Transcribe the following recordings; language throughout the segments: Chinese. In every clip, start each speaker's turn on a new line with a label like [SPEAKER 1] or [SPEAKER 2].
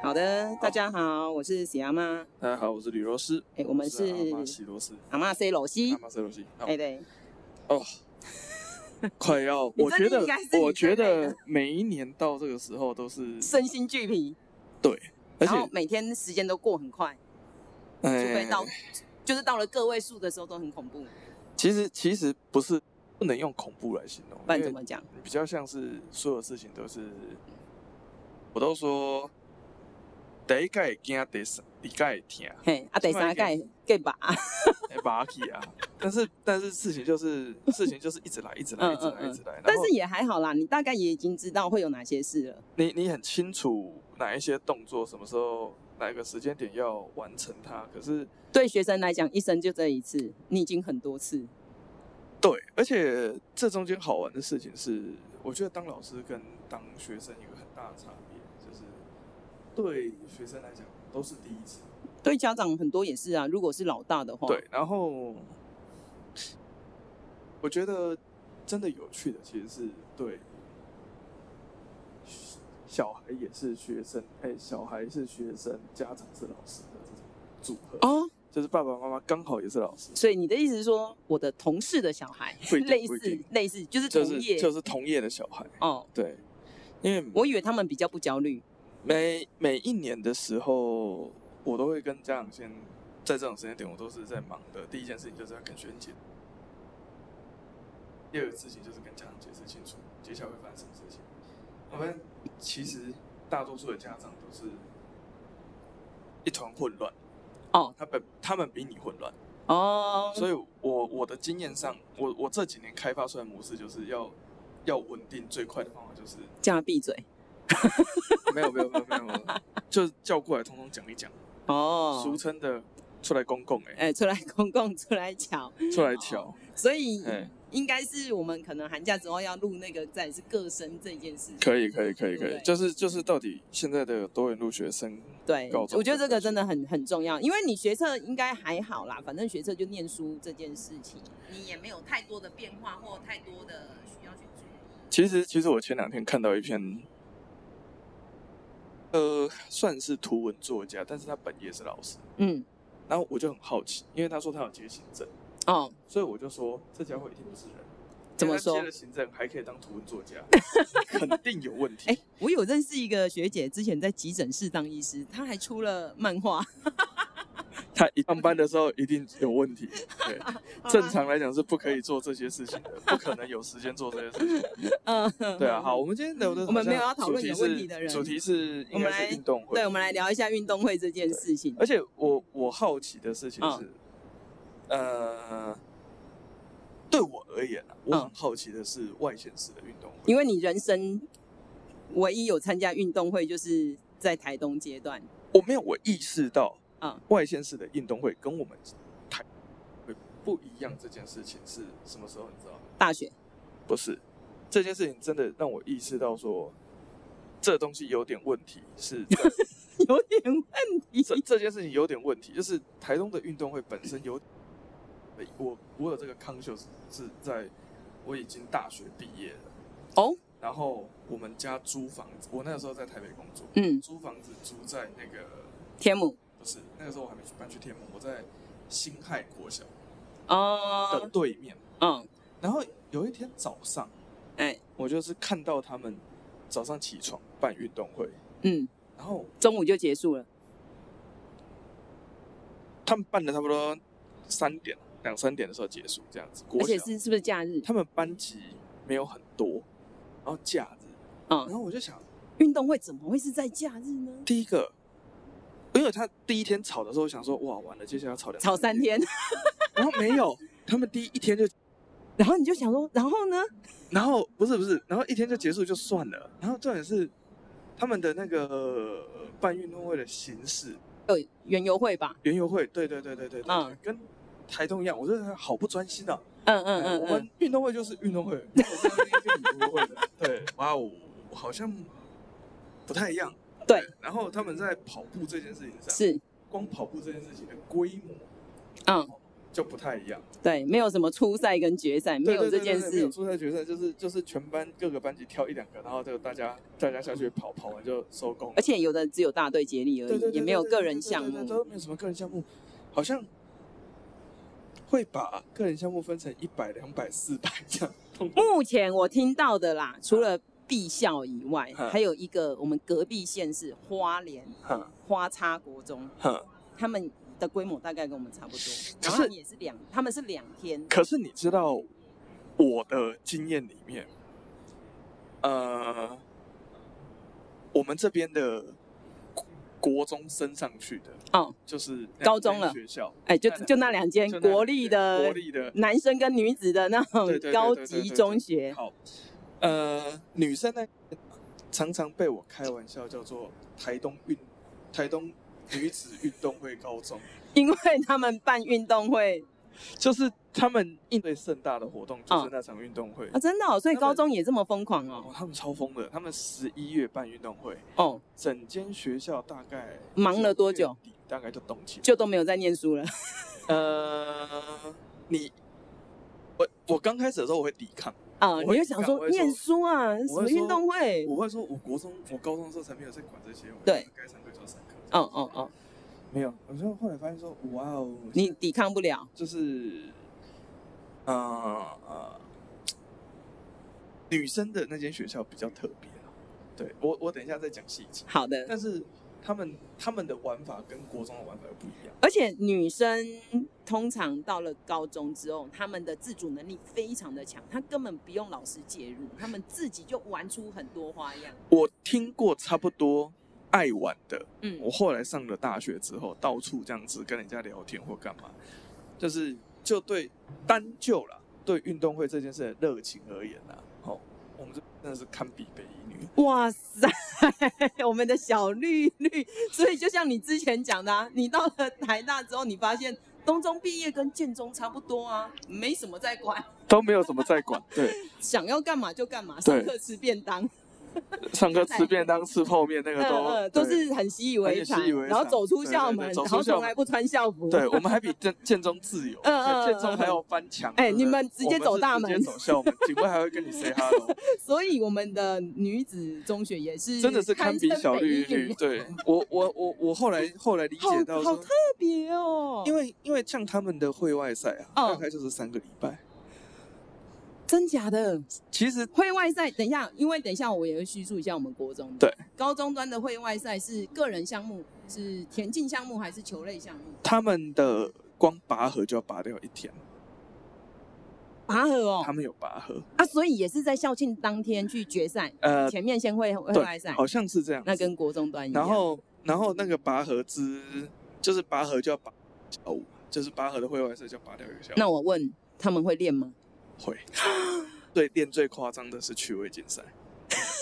[SPEAKER 1] 好的，大家好，我是喜阿妈，
[SPEAKER 2] 大家好，我是吕罗斯，
[SPEAKER 1] 哎我们是
[SPEAKER 2] 阿玛西罗斯，
[SPEAKER 1] 阿妈 C 老西
[SPEAKER 2] 阿，玛西罗斯。好
[SPEAKER 1] 哎对，
[SPEAKER 2] 哦，快要，
[SPEAKER 1] 你
[SPEAKER 2] 我
[SPEAKER 1] 真
[SPEAKER 2] 觉
[SPEAKER 1] 的
[SPEAKER 2] 得
[SPEAKER 1] 应该是，你
[SPEAKER 2] 我觉
[SPEAKER 1] 最累
[SPEAKER 2] 得每一年到这个时候都是
[SPEAKER 1] 身心俱疲，
[SPEAKER 2] 对，而
[SPEAKER 1] 然后
[SPEAKER 2] 且，
[SPEAKER 1] 每天时间都过很快，除非
[SPEAKER 2] 哎，
[SPEAKER 1] 到就是到了个位数的时候都很恐怖，
[SPEAKER 2] 其实其实不是不能用恐怖来形容，
[SPEAKER 1] 不然
[SPEAKER 2] 因为
[SPEAKER 1] 怎么讲？
[SPEAKER 2] 比较像是所有事情都是，我都说第一届惊，第三第一届听，
[SPEAKER 1] 嘿，啊，第三盖盖吧，
[SPEAKER 2] 哎，把起啊！ 但是但是事情就是事情就是一直来，一直来，
[SPEAKER 1] 嗯
[SPEAKER 2] 一直
[SPEAKER 1] 嗯
[SPEAKER 2] 来，一
[SPEAKER 1] 嗯
[SPEAKER 2] 直来。然，
[SPEAKER 1] 但
[SPEAKER 2] 后
[SPEAKER 1] 是也还好啦，你大概也已经知道会有哪些事了，
[SPEAKER 2] 你你很清楚哪一些动作什么时候哪一个时间点要完成它，可是
[SPEAKER 1] 对学生来讲，一生就这一次，你已经很多次，
[SPEAKER 2] 对，而且这中间好玩的事情是，我觉得当老师跟当学生有一个很大的差别，就是对学生来讲都是第一次，
[SPEAKER 1] 对家长很多也是啊，如果是老大的话，
[SPEAKER 2] 对，然后我觉得真的有趣的其实是对小孩也是学生，哎、小孩是学生，家长是老师的这种组合，
[SPEAKER 1] 哦，
[SPEAKER 2] 就是爸爸妈妈刚好也是老师，
[SPEAKER 1] 所以你的意思是说，我的同事的小孩
[SPEAKER 2] 不一定
[SPEAKER 1] 类
[SPEAKER 2] 不一
[SPEAKER 1] 似
[SPEAKER 2] 定
[SPEAKER 1] 类似就是
[SPEAKER 2] 就
[SPEAKER 1] 同
[SPEAKER 2] 是
[SPEAKER 1] 业
[SPEAKER 2] 就是同业的小孩，
[SPEAKER 1] 哦，
[SPEAKER 2] 对，因为
[SPEAKER 1] 我以为他们比较不焦虑，
[SPEAKER 2] 每每一年的时候，我都会跟家长先在这种时间点，我都是在忙的。第一件事情就是要跟学生解，第二个事情就是跟家长解释清楚接下来会发生什么事情。我们其实大多数的家长都是一团混乱
[SPEAKER 1] 哦，
[SPEAKER 2] 他本他们比你混乱，
[SPEAKER 1] 哦，
[SPEAKER 2] 所以我我的经验上，我我这几年开发出来的模式就是要要稳定最快的方法就是
[SPEAKER 1] 叫他闭嘴。
[SPEAKER 2] 没有没有没有没有，没有就是叫过来通通讲一讲。俗
[SPEAKER 1] 哦，
[SPEAKER 2] 称的出来公共哎、
[SPEAKER 1] 哎、出来公共，出来瞧，
[SPEAKER 2] 出来瞧，
[SPEAKER 1] 所以
[SPEAKER 2] 哎
[SPEAKER 1] 应该是我们可能寒假之后要录那个，再是各生这件事。
[SPEAKER 2] 可以可以可以可
[SPEAKER 1] 对不
[SPEAKER 2] 以，
[SPEAKER 1] 对
[SPEAKER 2] 就是就是到底现在的多元入学生，
[SPEAKER 1] 对，
[SPEAKER 2] 高中
[SPEAKER 1] 我觉得这个真
[SPEAKER 2] 的
[SPEAKER 1] 的很很重要，因为你学测应该还好啦，反正学测就念书这件事情，你也没有太多的变化或太多的需要去注意。
[SPEAKER 2] 其实其实我前两天看到一篇，呃，算是图文作家，但是他本业是老师，
[SPEAKER 1] 嗯，
[SPEAKER 2] 然后我就很好奇，因为他说他有接行政，
[SPEAKER 1] 哦，
[SPEAKER 2] 所以我就说这家伙一定不是人。哎
[SPEAKER 1] 怎么
[SPEAKER 2] 因为他
[SPEAKER 1] 说
[SPEAKER 2] 接了行政还可以当图文作 家，肯定有问题。
[SPEAKER 1] 哎、我有认识一个学姐，之前在急诊室当医师，她还出了漫画。
[SPEAKER 2] 他一上班的时候一定有问题。对，正常来讲是不可以做这些事情的，不可能有时间做这些事情。
[SPEAKER 1] 嗯，
[SPEAKER 2] 对啊，好，我们今天聊的
[SPEAKER 1] 我们没有要讨论有问题的人
[SPEAKER 2] 主题是
[SPEAKER 1] 我
[SPEAKER 2] 应
[SPEAKER 1] 们
[SPEAKER 2] 该
[SPEAKER 1] 来
[SPEAKER 2] 是运动会。
[SPEAKER 1] 对，我们来。聊一下运动会这件事情。
[SPEAKER 2] 而且我我好奇的事情是，呃，对我而言啊，我
[SPEAKER 1] 嗯
[SPEAKER 2] 很好奇的是外县市的运动会，
[SPEAKER 1] 因为你人生唯一有参加运动会，就是在台东阶段。
[SPEAKER 2] 我没有我意识到
[SPEAKER 1] 嗯
[SPEAKER 2] 外县市的运动会跟我们台会不一样这件事情是什么时候？你知道吗？
[SPEAKER 1] 大学
[SPEAKER 2] 不是这件事情真的让我意识到说，这东西有点问题，是
[SPEAKER 1] 有点问
[SPEAKER 2] 这
[SPEAKER 1] 题，
[SPEAKER 2] 这件事情有点问题，就是台东的运动会本身有，我我有这个 conscious 是在我已经大学毕业了
[SPEAKER 1] 哦，
[SPEAKER 2] 然后我们家租房子，我那个时候在台北工作，
[SPEAKER 1] 嗯，
[SPEAKER 2] 租房子租在那个
[SPEAKER 1] 天母
[SPEAKER 2] 不是那个时候我还没去搬去天母，我在新亥国小的
[SPEAKER 1] 哦，
[SPEAKER 2] 对面，
[SPEAKER 1] 嗯，
[SPEAKER 2] 然后有一天早上，
[SPEAKER 1] 哎，
[SPEAKER 2] 我就是看到他们早上起床办运动会，
[SPEAKER 1] 嗯，
[SPEAKER 2] 然后
[SPEAKER 1] 中午就结束了，
[SPEAKER 2] 他们办了差不多三点、两三点的时候结束，这样子。
[SPEAKER 1] 而
[SPEAKER 2] 国
[SPEAKER 1] 且
[SPEAKER 2] 小
[SPEAKER 1] 是是不是假日？
[SPEAKER 2] 他们班级没有很多，然后假日，然
[SPEAKER 1] 嗯，
[SPEAKER 2] 后我就想，
[SPEAKER 1] 运动会怎么会是在假日呢？
[SPEAKER 2] 第一个，因为他第一天吵的时候，我想说哇完了，接下来要吵两
[SPEAKER 1] 吵三，天，
[SPEAKER 2] 然后没有，他们第一天就，
[SPEAKER 1] 然后你就想说，然后呢？
[SPEAKER 2] 然后不是不是，然后一天就结束就算了，然后重点是他们的那个呃办运动会的形式，
[SPEAKER 1] 有园游会吧？
[SPEAKER 2] 园游会，对对对对对对，
[SPEAKER 1] 嗯
[SPEAKER 2] 跟台东一样，我真的好不专心啊。
[SPEAKER 1] 嗯
[SPEAKER 2] 嗯
[SPEAKER 1] 嗯
[SPEAKER 2] 嗯，
[SPEAKER 1] 嗯
[SPEAKER 2] 我
[SPEAKER 1] 嗯
[SPEAKER 2] 们，运动会就是运动会， 我们那边就是运动会的。对，哇哦，好像不太一样。哎
[SPEAKER 1] 对，
[SPEAKER 2] 然后他们在跑步这件事情上，
[SPEAKER 1] 是，
[SPEAKER 2] 光跑步这件事情的规模，
[SPEAKER 1] 嗯，
[SPEAKER 2] 就不太一样。
[SPEAKER 1] 对，没有什么初赛跟决赛，没
[SPEAKER 2] 对
[SPEAKER 1] 有
[SPEAKER 2] 对
[SPEAKER 1] 这
[SPEAKER 2] 对
[SPEAKER 1] 件
[SPEAKER 2] 对对没有
[SPEAKER 1] 事。
[SPEAKER 2] 初赛决赛就是就是全班各个班级挑一两个，然后就大家大家下去跑，跑完就收工。
[SPEAKER 1] 而且有的只有大队接力而
[SPEAKER 2] 对对
[SPEAKER 1] 已，
[SPEAKER 2] 对
[SPEAKER 1] 也没有
[SPEAKER 2] 对对
[SPEAKER 1] 个
[SPEAKER 2] 对
[SPEAKER 1] 人
[SPEAKER 2] 对
[SPEAKER 1] 项
[SPEAKER 2] 对对
[SPEAKER 1] 目。
[SPEAKER 2] 都没有什么个人项目，好像会把个人项目分成一百、两百、四百这样。
[SPEAKER 1] 目前我听到的啦，除了毕校以外，
[SPEAKER 2] 嗯
[SPEAKER 1] 还有一个我们隔壁县市花莲
[SPEAKER 2] 哼
[SPEAKER 1] 花叉国中，
[SPEAKER 2] 哼，
[SPEAKER 1] 他们的规模大概跟我们差不多，
[SPEAKER 2] 可
[SPEAKER 1] 然
[SPEAKER 2] 是
[SPEAKER 1] 后他们也是两，他们是两天，
[SPEAKER 2] 可是你知道我的经验里面，呃，我们这边的国国中升上去的，
[SPEAKER 1] 哦，
[SPEAKER 2] 就是那间
[SPEAKER 1] 高中了
[SPEAKER 2] 学校，
[SPEAKER 1] 哎，就
[SPEAKER 2] 那两
[SPEAKER 1] 就那两间
[SPEAKER 2] 就那
[SPEAKER 1] 国立的
[SPEAKER 2] 国立的
[SPEAKER 1] 男生跟女子的那种
[SPEAKER 2] 对对对对
[SPEAKER 1] 高
[SPEAKER 2] 对对
[SPEAKER 1] 级
[SPEAKER 2] 对
[SPEAKER 1] 中
[SPEAKER 2] 对
[SPEAKER 1] 学，
[SPEAKER 2] 好，呃，女生呢常常被我开玩笑叫做台东运台东女子运动会高中，
[SPEAKER 1] 因为他们办运动会
[SPEAKER 2] 就是他们应对盛大的活动，就是
[SPEAKER 1] 哦
[SPEAKER 2] 那场运动会。
[SPEAKER 1] 啊，真的哦，所以
[SPEAKER 2] 他们
[SPEAKER 1] 高中也这么疯狂
[SPEAKER 2] 哦
[SPEAKER 1] 哦，，
[SPEAKER 2] 他们超疯的，他们十一月办运动会，
[SPEAKER 1] 哦，
[SPEAKER 2] 整间学校大概
[SPEAKER 1] 忙了多久
[SPEAKER 2] 九月底？大概就动起来。
[SPEAKER 1] 就都没有在念书了，
[SPEAKER 2] 呃，你我我刚开始的时候我会抵抗，
[SPEAKER 1] 啊，
[SPEAKER 2] 我
[SPEAKER 1] 你
[SPEAKER 2] 会
[SPEAKER 1] 就想
[SPEAKER 2] 我
[SPEAKER 1] 说
[SPEAKER 2] 会说
[SPEAKER 1] 念书啊，什么
[SPEAKER 2] 会
[SPEAKER 1] 运
[SPEAKER 2] 说
[SPEAKER 1] 动会？
[SPEAKER 2] 我会说，我国中我高中的时候才没有在管这些，我
[SPEAKER 1] 对，
[SPEAKER 2] 该上课就上课。
[SPEAKER 1] 哦哦哦，
[SPEAKER 2] 没有，我就后来发现说，哇哦，
[SPEAKER 1] 你抵抗不了，
[SPEAKER 2] 就是，呃呃，女生的那间学校比较特别啊。对我，我等一下再讲细节。
[SPEAKER 1] 好的，
[SPEAKER 2] 但是他们他们的玩法跟国中的玩法又不一样。
[SPEAKER 1] 而且女生通常到了高中之后，她们的自主能力非常的强，她根本不用老师介入，她们自己就玩出很多花样。
[SPEAKER 2] 我听过差不多爱玩的，
[SPEAKER 1] 嗯
[SPEAKER 2] 我后来上了大学之后，到处这样子跟人家聊天或干嘛，就是就对单就啦，对运动会这件事的热情而言啦，哦，我们这真的是堪比北一女。
[SPEAKER 1] 哇塞， 我们的小绿绿，所以就像你之前讲的、啊，你到了台大之后，你发现东中毕业跟建中差不多啊，没什么在 管，
[SPEAKER 2] 都没有什么在管， 对，
[SPEAKER 1] 想要干嘛就干嘛，上
[SPEAKER 2] 对
[SPEAKER 1] 课吃便当，
[SPEAKER 2] 上课吃便当、吃泡面 那个都、
[SPEAKER 1] 嗯嗯，都是很习以为常
[SPEAKER 2] 很习以为，常
[SPEAKER 1] 然后走出校
[SPEAKER 2] 对
[SPEAKER 1] 门，
[SPEAKER 2] 对对走
[SPEAKER 1] 然
[SPEAKER 2] 出
[SPEAKER 1] 后
[SPEAKER 2] 校
[SPEAKER 1] 从
[SPEAKER 2] 门
[SPEAKER 1] 来不穿校服，
[SPEAKER 2] 对，对我们还比建建中自由，
[SPEAKER 1] 嗯嗯嗯
[SPEAKER 2] 建中还要翻墙，
[SPEAKER 1] 哎
[SPEAKER 2] 对不对
[SPEAKER 1] 你们直接走大门
[SPEAKER 2] 我们是直接走校门，警卫还会跟你 say hello，
[SPEAKER 1] 所以我们的女子中学也是
[SPEAKER 2] 真的是堪比小绿
[SPEAKER 1] 堪称北一
[SPEAKER 2] 绿。
[SPEAKER 1] 女
[SPEAKER 2] 对我我我我后来后来理解到
[SPEAKER 1] 好好
[SPEAKER 2] 说
[SPEAKER 1] 特，别哦，
[SPEAKER 2] 因
[SPEAKER 1] 为
[SPEAKER 2] 为因为像他们的会外赛啊，
[SPEAKER 1] 嗯
[SPEAKER 2] 大概就是三个礼拜，
[SPEAKER 1] 真假的
[SPEAKER 2] 其实
[SPEAKER 1] 会外赛，等一下，因为等一下我也会叙述一下我们国中的
[SPEAKER 2] 对
[SPEAKER 1] 高中端的会外赛是个人项目，是田径项目还是球类项目？
[SPEAKER 2] 他们的光拔河就要拔掉一天，
[SPEAKER 1] 拔河哦
[SPEAKER 2] 他们有拔河，
[SPEAKER 1] 啊，所以也是在校庆当天去决赛，
[SPEAKER 2] 呃，
[SPEAKER 1] 前面先会会外
[SPEAKER 2] 对，
[SPEAKER 1] 赛，
[SPEAKER 2] 好像是这样子，
[SPEAKER 1] 那跟国中端一样。
[SPEAKER 2] 然后然后那个拔河之就是拔河就要拔小舞，就是拔河的会外赛就要拔掉一个小舞。
[SPEAKER 1] 那我问他们会练吗？
[SPEAKER 2] 会 最练最夸张的是趣味竞赛，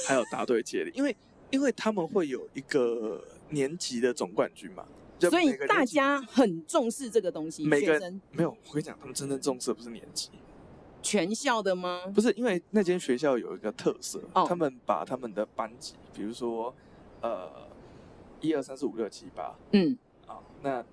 [SPEAKER 2] 还有答对接力，因为因为他们会有一个年级的总冠军嘛，就
[SPEAKER 1] 所以
[SPEAKER 2] 每个年级
[SPEAKER 1] 大家很重视这个东西，
[SPEAKER 2] 每个
[SPEAKER 1] 学生
[SPEAKER 2] 没有，我跟你讲，他们真正重视的不是年级，
[SPEAKER 1] 全校的吗？
[SPEAKER 2] 不是因为那间学校有一个特色，
[SPEAKER 1] 哦
[SPEAKER 2] 他们把他们的班级，比如说呃一二三四五六七八，
[SPEAKER 1] 嗯，
[SPEAKER 2] 啊，那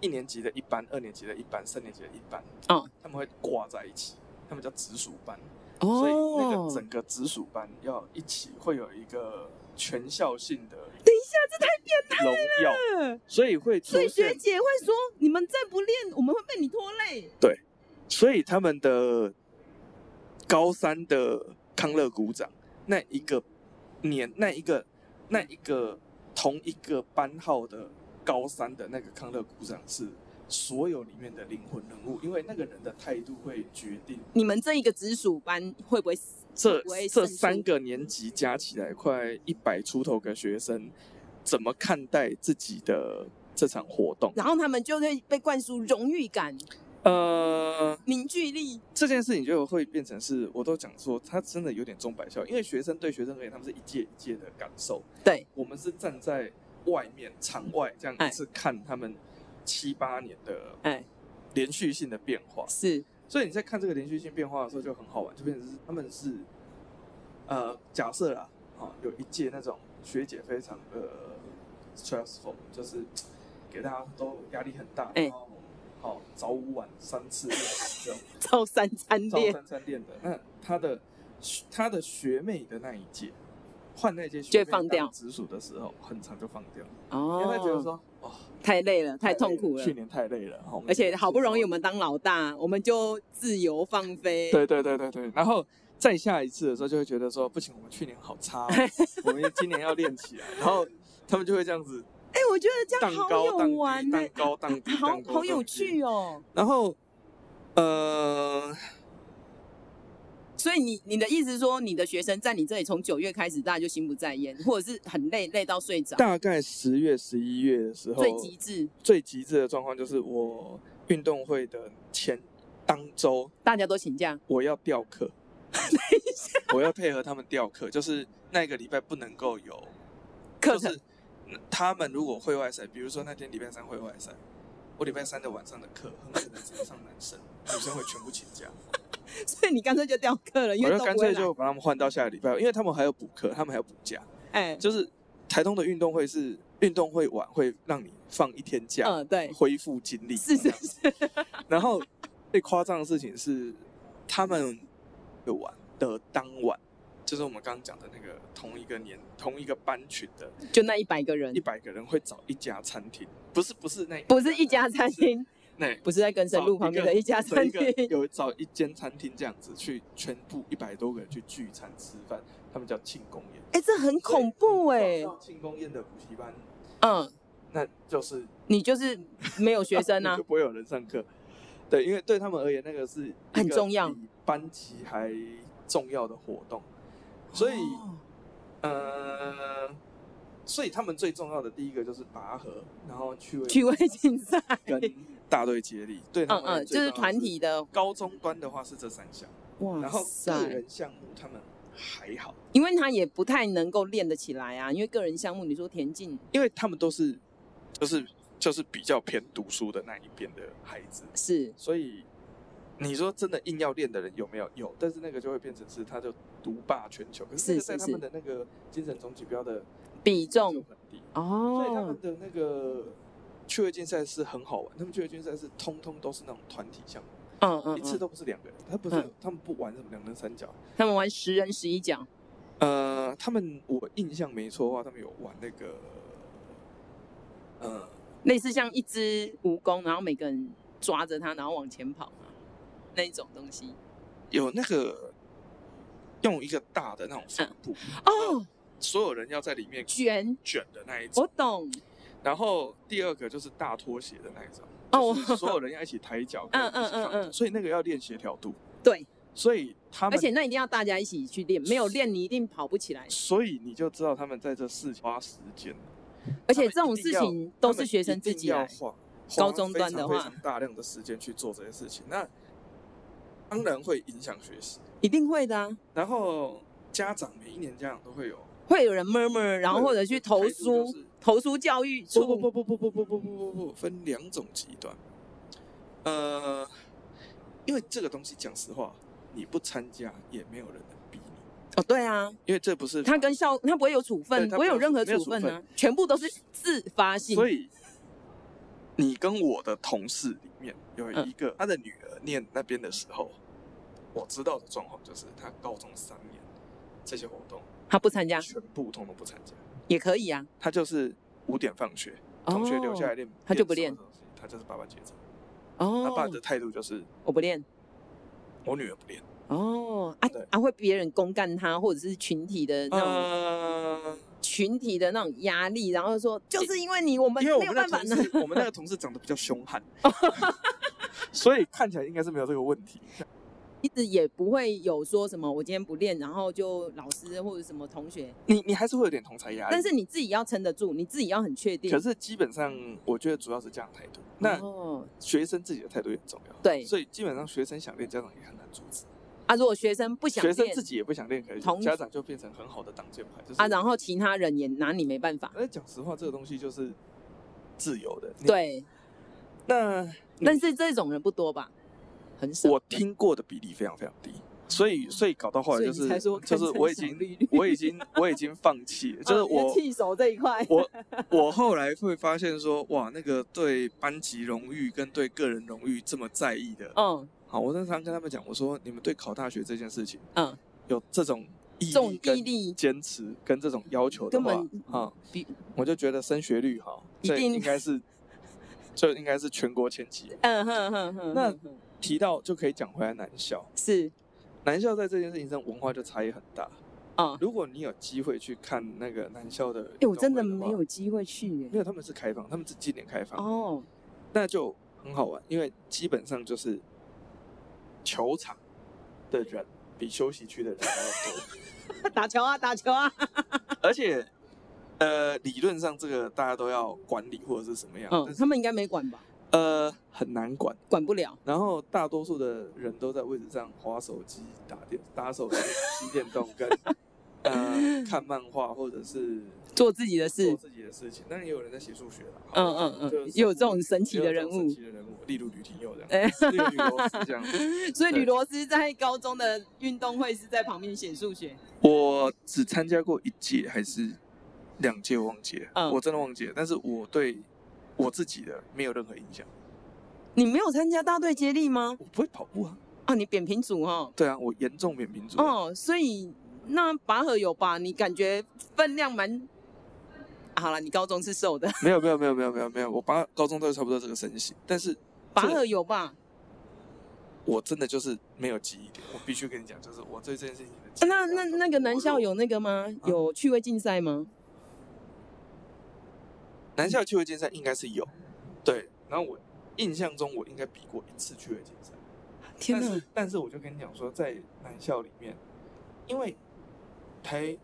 [SPEAKER 2] 一年级的一班、二年级的一班、三年级的一班，
[SPEAKER 1] 哦，
[SPEAKER 2] 他们会挂在一起，他们叫直属班，
[SPEAKER 1] 哦，
[SPEAKER 2] 所以那个整个直属班要一起会有一个全校性的
[SPEAKER 1] 等一下，这太
[SPEAKER 2] 荣耀，所以会出
[SPEAKER 1] 所以学
[SPEAKER 2] 现，
[SPEAKER 1] 姐会说：“你们再不练，我们会被你拖累。
[SPEAKER 2] 所以他们的高三的康乐鼓掌那一个年那一个那一个同一个班号的高三的那个康乐鼓掌是。所有里面的灵魂人物，因为那个人的态度会决定
[SPEAKER 1] 你们这一个直属班会不会死
[SPEAKER 2] 这
[SPEAKER 1] 不会
[SPEAKER 2] 这
[SPEAKER 1] 胜出
[SPEAKER 2] 三个年级加起来快一百出头个学生，怎么看待自己的这场活动？
[SPEAKER 1] 然后他们就会被灌输荣誉感、
[SPEAKER 2] 呃，
[SPEAKER 1] 凝聚力。
[SPEAKER 2] 这件事情就会变成是，我都讲说，它真的有点钟摆效应，因为学生对学生而言，他们是一届一届的感受，
[SPEAKER 1] 对，
[SPEAKER 2] 我们是站在外面场外这样
[SPEAKER 1] 哎
[SPEAKER 2] 一次看他们七八年的
[SPEAKER 1] 哎，
[SPEAKER 2] 连续性的变化，
[SPEAKER 1] 是
[SPEAKER 2] 所以你在看这个连续性变化的时候就很好玩，就变成是他们是，呃，假设啦，哦，有一届那种学姐非常的 stressful，就是给大家都压力很大，
[SPEAKER 1] 哎
[SPEAKER 2] 然后哦，早午晚三次练这种。
[SPEAKER 1] 照三餐
[SPEAKER 2] 赵
[SPEAKER 1] 练，
[SPEAKER 2] 珊珊练的，那他的他的学妹的那一届，换那届
[SPEAKER 1] 就
[SPEAKER 2] 学
[SPEAKER 1] 会
[SPEAKER 2] 妹
[SPEAKER 1] 放掉
[SPEAKER 2] 当直属的时候，很长就放掉，因为他觉得
[SPEAKER 1] 哦，
[SPEAKER 2] 说哦
[SPEAKER 1] 太累了，太痛苦了
[SPEAKER 2] 去，年太累了，哦
[SPEAKER 1] 而且好不容易我。
[SPEAKER 2] 们
[SPEAKER 1] 们当老大，我们就自由放飞，
[SPEAKER 2] 对对对对对，然后再下一次的时候就会觉得说不行，我们去年好 差、哦，我们今年要练起来，然后他们就会这样子
[SPEAKER 1] 哎，我觉得这样
[SPEAKER 2] 荡
[SPEAKER 1] 好
[SPEAKER 2] 高
[SPEAKER 1] 有
[SPEAKER 2] 荡
[SPEAKER 1] 玩
[SPEAKER 2] 低，
[SPEAKER 1] 呢
[SPEAKER 2] 荡，高荡低，
[SPEAKER 1] 好
[SPEAKER 2] 荡高
[SPEAKER 1] 好有
[SPEAKER 2] 荡低
[SPEAKER 1] 趣。哦。
[SPEAKER 2] 然后呃，
[SPEAKER 1] 所以你你的意思是说，你的学生在你这里从九月开始，大家就心不在焉，或者是很累，累到睡着，
[SPEAKER 2] 大概十月十一月的时候，
[SPEAKER 1] 最极致，
[SPEAKER 2] 最极致的状况就是我运动会的前当周
[SPEAKER 1] 大家都请假。
[SPEAKER 2] 我要调课，我要配合他们调课，就是那个礼拜不能够有
[SPEAKER 1] 课
[SPEAKER 2] 就
[SPEAKER 1] 程
[SPEAKER 2] 是他们如果会外赛，比如说那天礼拜三会外赛，我礼拜三的晚上的课很可能只能上男生，女生会全部请假，
[SPEAKER 1] 所以你干脆就掉课 了，因
[SPEAKER 2] 我
[SPEAKER 1] 为
[SPEAKER 2] 就
[SPEAKER 1] 都
[SPEAKER 2] 干
[SPEAKER 1] 不会
[SPEAKER 2] 脆
[SPEAKER 1] 来。
[SPEAKER 2] 就把他们换到下个礼拜，因为他们还有补课，他们还有补假，
[SPEAKER 1] 哎，
[SPEAKER 2] 就是台东的运动会是运动会晚会让你放一天假，
[SPEAKER 1] 嗯，对，
[SPEAKER 2] 恢复精力，
[SPEAKER 1] 是是是，
[SPEAKER 2] 然后最夸张的事情是，他们的晚的当晚，就是我们刚刚讲的那个同一个年同一个班群的
[SPEAKER 1] 就那一百个人
[SPEAKER 2] 一，百个人会找一家餐厅，不是不是那
[SPEAKER 1] 不是一家餐， 厅，
[SPEAKER 2] 那
[SPEAKER 1] 不是在根生路旁边的一家餐厅
[SPEAKER 2] 找一个，有找一间餐厅这样子去全部一百多个人去聚餐吃饭，他们叫庆功宴，
[SPEAKER 1] 哎，这很恐怖
[SPEAKER 2] 所以
[SPEAKER 1] 哎
[SPEAKER 2] 你，找到庆功宴的补习班，
[SPEAKER 1] 嗯，
[SPEAKER 2] 那就是
[SPEAKER 1] 你就是没有学生啊
[SPEAKER 2] 就，不会有人上课。对，因为对他们而言，那个是一个
[SPEAKER 1] 很重要
[SPEAKER 2] 比班级还重要的活动。所以，
[SPEAKER 1] 哦
[SPEAKER 2] 呃，所以他们最重要的第一个就是拔河，然后趣味
[SPEAKER 1] 趣味竞赛，
[SPEAKER 2] 跟大队接力，对他
[SPEAKER 1] 嗯
[SPEAKER 2] 们而
[SPEAKER 1] 嗯，
[SPEAKER 2] 言
[SPEAKER 1] 就
[SPEAKER 2] 最重要
[SPEAKER 1] 是
[SPEAKER 2] 的
[SPEAKER 1] 团体。的，
[SPEAKER 2] 高中端的话是这三项， 然
[SPEAKER 1] 哇
[SPEAKER 2] 后个
[SPEAKER 1] 塞，
[SPEAKER 2] 人项目他们还好，
[SPEAKER 1] 因为他也不太能够练得起来啊，因为个人项目，你说田径
[SPEAKER 2] 因为他们都是就是就是比较偏读书的那一边的孩子，
[SPEAKER 1] 是
[SPEAKER 2] 所以你说真的硬要练的人有没有？有，但是那个就会变成是他就独霸全球，可是那个
[SPEAKER 1] 是
[SPEAKER 2] 在
[SPEAKER 1] 是
[SPEAKER 2] 他们的那个精神总指标的
[SPEAKER 1] 比
[SPEAKER 2] 就
[SPEAKER 1] 重
[SPEAKER 2] 很低，所以他
[SPEAKER 1] 哦
[SPEAKER 2] 们，的那个趣味竞赛是很好玩，他们趣味竞赛是通通都是那种团体项目，
[SPEAKER 1] 嗯嗯，
[SPEAKER 2] 一次
[SPEAKER 1] 嗯
[SPEAKER 2] 都不是两个人，他不是、
[SPEAKER 1] 嗯
[SPEAKER 2] 他们不玩什么两人三角，
[SPEAKER 1] 他们玩十人十一脚，
[SPEAKER 2] 呃，他们我印象没错的话，他们有玩那个，呃，
[SPEAKER 1] 类似像一只蜈蚣，然后每个人抓着它，然后往前跑嘛，那一种东西。
[SPEAKER 2] 有那个用一个大的那种帆布，
[SPEAKER 1] 哦，
[SPEAKER 2] 所有人要在里面
[SPEAKER 1] 卷，
[SPEAKER 2] 卷的那一种
[SPEAKER 1] 我。懂，
[SPEAKER 2] 然后第二个就是大拖鞋的那一种，
[SPEAKER 1] 哦
[SPEAKER 2] 就是所有人要一起抬脚，
[SPEAKER 1] 嗯
[SPEAKER 2] 跟一起
[SPEAKER 1] 嗯
[SPEAKER 2] 放
[SPEAKER 1] 嗯嗯
[SPEAKER 2] 所以那个要练协调度，
[SPEAKER 1] 对，
[SPEAKER 2] 所以他
[SPEAKER 1] 而
[SPEAKER 2] 们，
[SPEAKER 1] 且那一定要大家一起去练，没有练你一定跑不起来。
[SPEAKER 2] 所以你就知道他们在这事花时间，
[SPEAKER 1] 而且这种事情都是学生自己
[SPEAKER 2] 他们
[SPEAKER 1] 来
[SPEAKER 2] 一定，要花
[SPEAKER 1] 高中端的话
[SPEAKER 2] 花非常非常大量的时间去做这些事情，那当然会影响学习。
[SPEAKER 1] 一定会的啊。
[SPEAKER 2] 然后家长每一年家长都会有，
[SPEAKER 1] 会有人 murmur，然后
[SPEAKER 2] 会有
[SPEAKER 1] 或者去投
[SPEAKER 2] 态度
[SPEAKER 1] 诉
[SPEAKER 2] 就是，
[SPEAKER 1] 投诉教育
[SPEAKER 2] 不不
[SPEAKER 1] 处。
[SPEAKER 2] 不不不不不不不不不，分两种极端。呃，因为这个东西，讲实话，你不参加也没有人能逼你，
[SPEAKER 1] 哦，对啊，
[SPEAKER 2] 因为这不是
[SPEAKER 1] 他跟校他不会有处分
[SPEAKER 2] 对，他
[SPEAKER 1] 不会有
[SPEAKER 2] 不会有
[SPEAKER 1] 任何
[SPEAKER 2] 没有
[SPEAKER 1] 处
[SPEAKER 2] 处
[SPEAKER 1] 分啊
[SPEAKER 2] 分，
[SPEAKER 1] 全部都是自发性。
[SPEAKER 2] 所以你跟我的同事里面有一个，他的女儿念那边的时候，我知道的状况就是，他高中三年这些活动
[SPEAKER 1] 他不参加
[SPEAKER 2] 全部通通不参加，
[SPEAKER 1] 也可以啊。
[SPEAKER 2] 他就是五点放学，
[SPEAKER 1] 哦
[SPEAKER 2] 同学留下来练，
[SPEAKER 1] 他就不
[SPEAKER 2] 练
[SPEAKER 1] 练
[SPEAKER 2] 什么东西，他就是爸爸接走。他
[SPEAKER 1] 哦
[SPEAKER 2] 爸，的态度就是，
[SPEAKER 1] 我不练。
[SPEAKER 2] 我女儿不练。
[SPEAKER 1] 哦，啊
[SPEAKER 2] 对
[SPEAKER 1] 啊，会别人公干他，或者是群体的那种、
[SPEAKER 2] 呃，
[SPEAKER 1] 群体的那种压力，然后说就是因为你，我们
[SPEAKER 2] 因
[SPEAKER 1] 没
[SPEAKER 2] 为我
[SPEAKER 1] 有
[SPEAKER 2] 们
[SPEAKER 1] 办
[SPEAKER 2] 那
[SPEAKER 1] 法呢。
[SPEAKER 2] 同事，我们那个同事长得比较凶悍，所以看起来应该是没有这个问题。
[SPEAKER 1] 一直也不会有说什么我今天不练，然后就老师或者什么同学，
[SPEAKER 2] 你你还是会有点同才压力，
[SPEAKER 1] 但是你自己要撑得住，你自己要很确定。
[SPEAKER 2] 啊可是基本上，我觉得主要是家长态度。那
[SPEAKER 1] 哦，
[SPEAKER 2] 学生自己的态度也很重要。
[SPEAKER 1] 对
[SPEAKER 2] 所以基本上学生想练，家长也很难阻止。
[SPEAKER 1] 啊，如果学生不想
[SPEAKER 2] 学
[SPEAKER 1] 练
[SPEAKER 2] 生自己也不想练，可
[SPEAKER 1] 同
[SPEAKER 2] 是家长就变成很好的挡箭牌。就是
[SPEAKER 1] 啊，然后其他人也拿你没办法。
[SPEAKER 2] 而讲实话，这个东西就是自由的。你，
[SPEAKER 1] 对，嗯
[SPEAKER 2] 那
[SPEAKER 1] 但是这种人不多吧，很少。
[SPEAKER 2] 我听过的比例非常非常低。所以所以搞到后来就
[SPEAKER 1] 所以你
[SPEAKER 2] 是
[SPEAKER 1] 才说
[SPEAKER 2] 就是
[SPEAKER 1] 堪称
[SPEAKER 2] 我已
[SPEAKER 1] 小
[SPEAKER 2] 经
[SPEAKER 1] 绿绿
[SPEAKER 2] 我已经我已经放弃 了，就是
[SPEAKER 1] 啊你的
[SPEAKER 2] 我
[SPEAKER 1] 气手这一块，
[SPEAKER 2] 我我后来会发现说，哇，那个对班级荣誉跟对个人荣誉这么在意的，
[SPEAKER 1] 嗯
[SPEAKER 2] 好，我那常跟他们讲，我说你们对考大学这件事情
[SPEAKER 1] 嗯，
[SPEAKER 2] 有这种毅
[SPEAKER 1] 这种
[SPEAKER 2] 力
[SPEAKER 1] 毅
[SPEAKER 2] 跟
[SPEAKER 1] 力
[SPEAKER 2] 坚持跟这种要求的
[SPEAKER 1] 根
[SPEAKER 2] 话
[SPEAKER 1] 本
[SPEAKER 2] 啊，
[SPEAKER 1] 比
[SPEAKER 2] 我就觉得升学率哈，
[SPEAKER 1] 一
[SPEAKER 2] 这
[SPEAKER 1] 定
[SPEAKER 2] 应该是就应该是全国前几。
[SPEAKER 1] 嗯哼哼哼，
[SPEAKER 2] 那
[SPEAKER 1] 哼哼
[SPEAKER 2] 提到就可以讲回来南校，
[SPEAKER 1] 是
[SPEAKER 2] 南校在这件事情上文化就差异很大。
[SPEAKER 1] 啊，
[SPEAKER 2] 如果你有机会去看那个南校的，
[SPEAKER 1] 哎，我真的没有，机会去
[SPEAKER 2] 没
[SPEAKER 1] 耶，
[SPEAKER 2] 有，他们是开放，他们是今年开放，
[SPEAKER 1] 哦，
[SPEAKER 2] 那就很好玩，因为基本上就是球场的人比休息区的人还要 多。
[SPEAKER 1] 打球啊，打球啊，
[SPEAKER 2] 而且，呃，理论上这个大家都要管理或者是什么样，
[SPEAKER 1] 嗯
[SPEAKER 2] 但，是
[SPEAKER 1] 他们应该没管吧，
[SPEAKER 2] 呃很难管。
[SPEAKER 1] 管不了，
[SPEAKER 2] 然后大多数的人都在位置上划手机、打电、打手机、 踢电动跟呃看漫画或者是
[SPEAKER 1] 做自己的
[SPEAKER 2] 做
[SPEAKER 1] 事，
[SPEAKER 2] 自己的事情。当然也有人在写数学啦，
[SPEAKER 1] 嗯嗯嗯
[SPEAKER 2] 就是，
[SPEAKER 1] 也有这种神奇
[SPEAKER 2] 也有
[SPEAKER 1] 的
[SPEAKER 2] 这
[SPEAKER 1] 人
[SPEAKER 2] 种神
[SPEAKER 1] 物
[SPEAKER 2] 奇。的人物，例如吕廷佑这
[SPEAKER 1] 哎
[SPEAKER 2] 样子， 例如吕罗斯 这样子。
[SPEAKER 1] 所以
[SPEAKER 2] 对
[SPEAKER 1] 吕罗斯在高中的运动会是在旁边写数学，
[SPEAKER 2] 我只参加过一届还是两届，我忘记了，
[SPEAKER 1] 嗯
[SPEAKER 2] 我真的忘记了。但是我对我自己的没有任何影响。
[SPEAKER 1] 你没有参加大队接力吗？
[SPEAKER 2] 我不会跑步啊，
[SPEAKER 1] 啊，你扁平足哦，
[SPEAKER 2] 对啊，我严重扁平足。
[SPEAKER 1] 哦，所以那拔河有吧？你感觉分量蛮……好了，你高中是瘦的，
[SPEAKER 2] 没有没有没有没有没有没有，我拔高中都是差不多这个身形，但是
[SPEAKER 1] 拔河有吧？
[SPEAKER 2] 我真的就是没有记忆点，我必须跟你讲，就是嗯我对这件事情的记忆
[SPEAKER 1] 那
[SPEAKER 2] 非
[SPEAKER 1] 那
[SPEAKER 2] 常
[SPEAKER 1] 那个男校有那个吗？有趣味竞赛吗？
[SPEAKER 2] 南校趣味竞赛应该是有，对，然后我印象中我应该比过一次趣味竞赛。
[SPEAKER 1] 天
[SPEAKER 2] 但
[SPEAKER 1] 哪
[SPEAKER 2] 是！但是我就跟你讲说，在南校里面，因为台，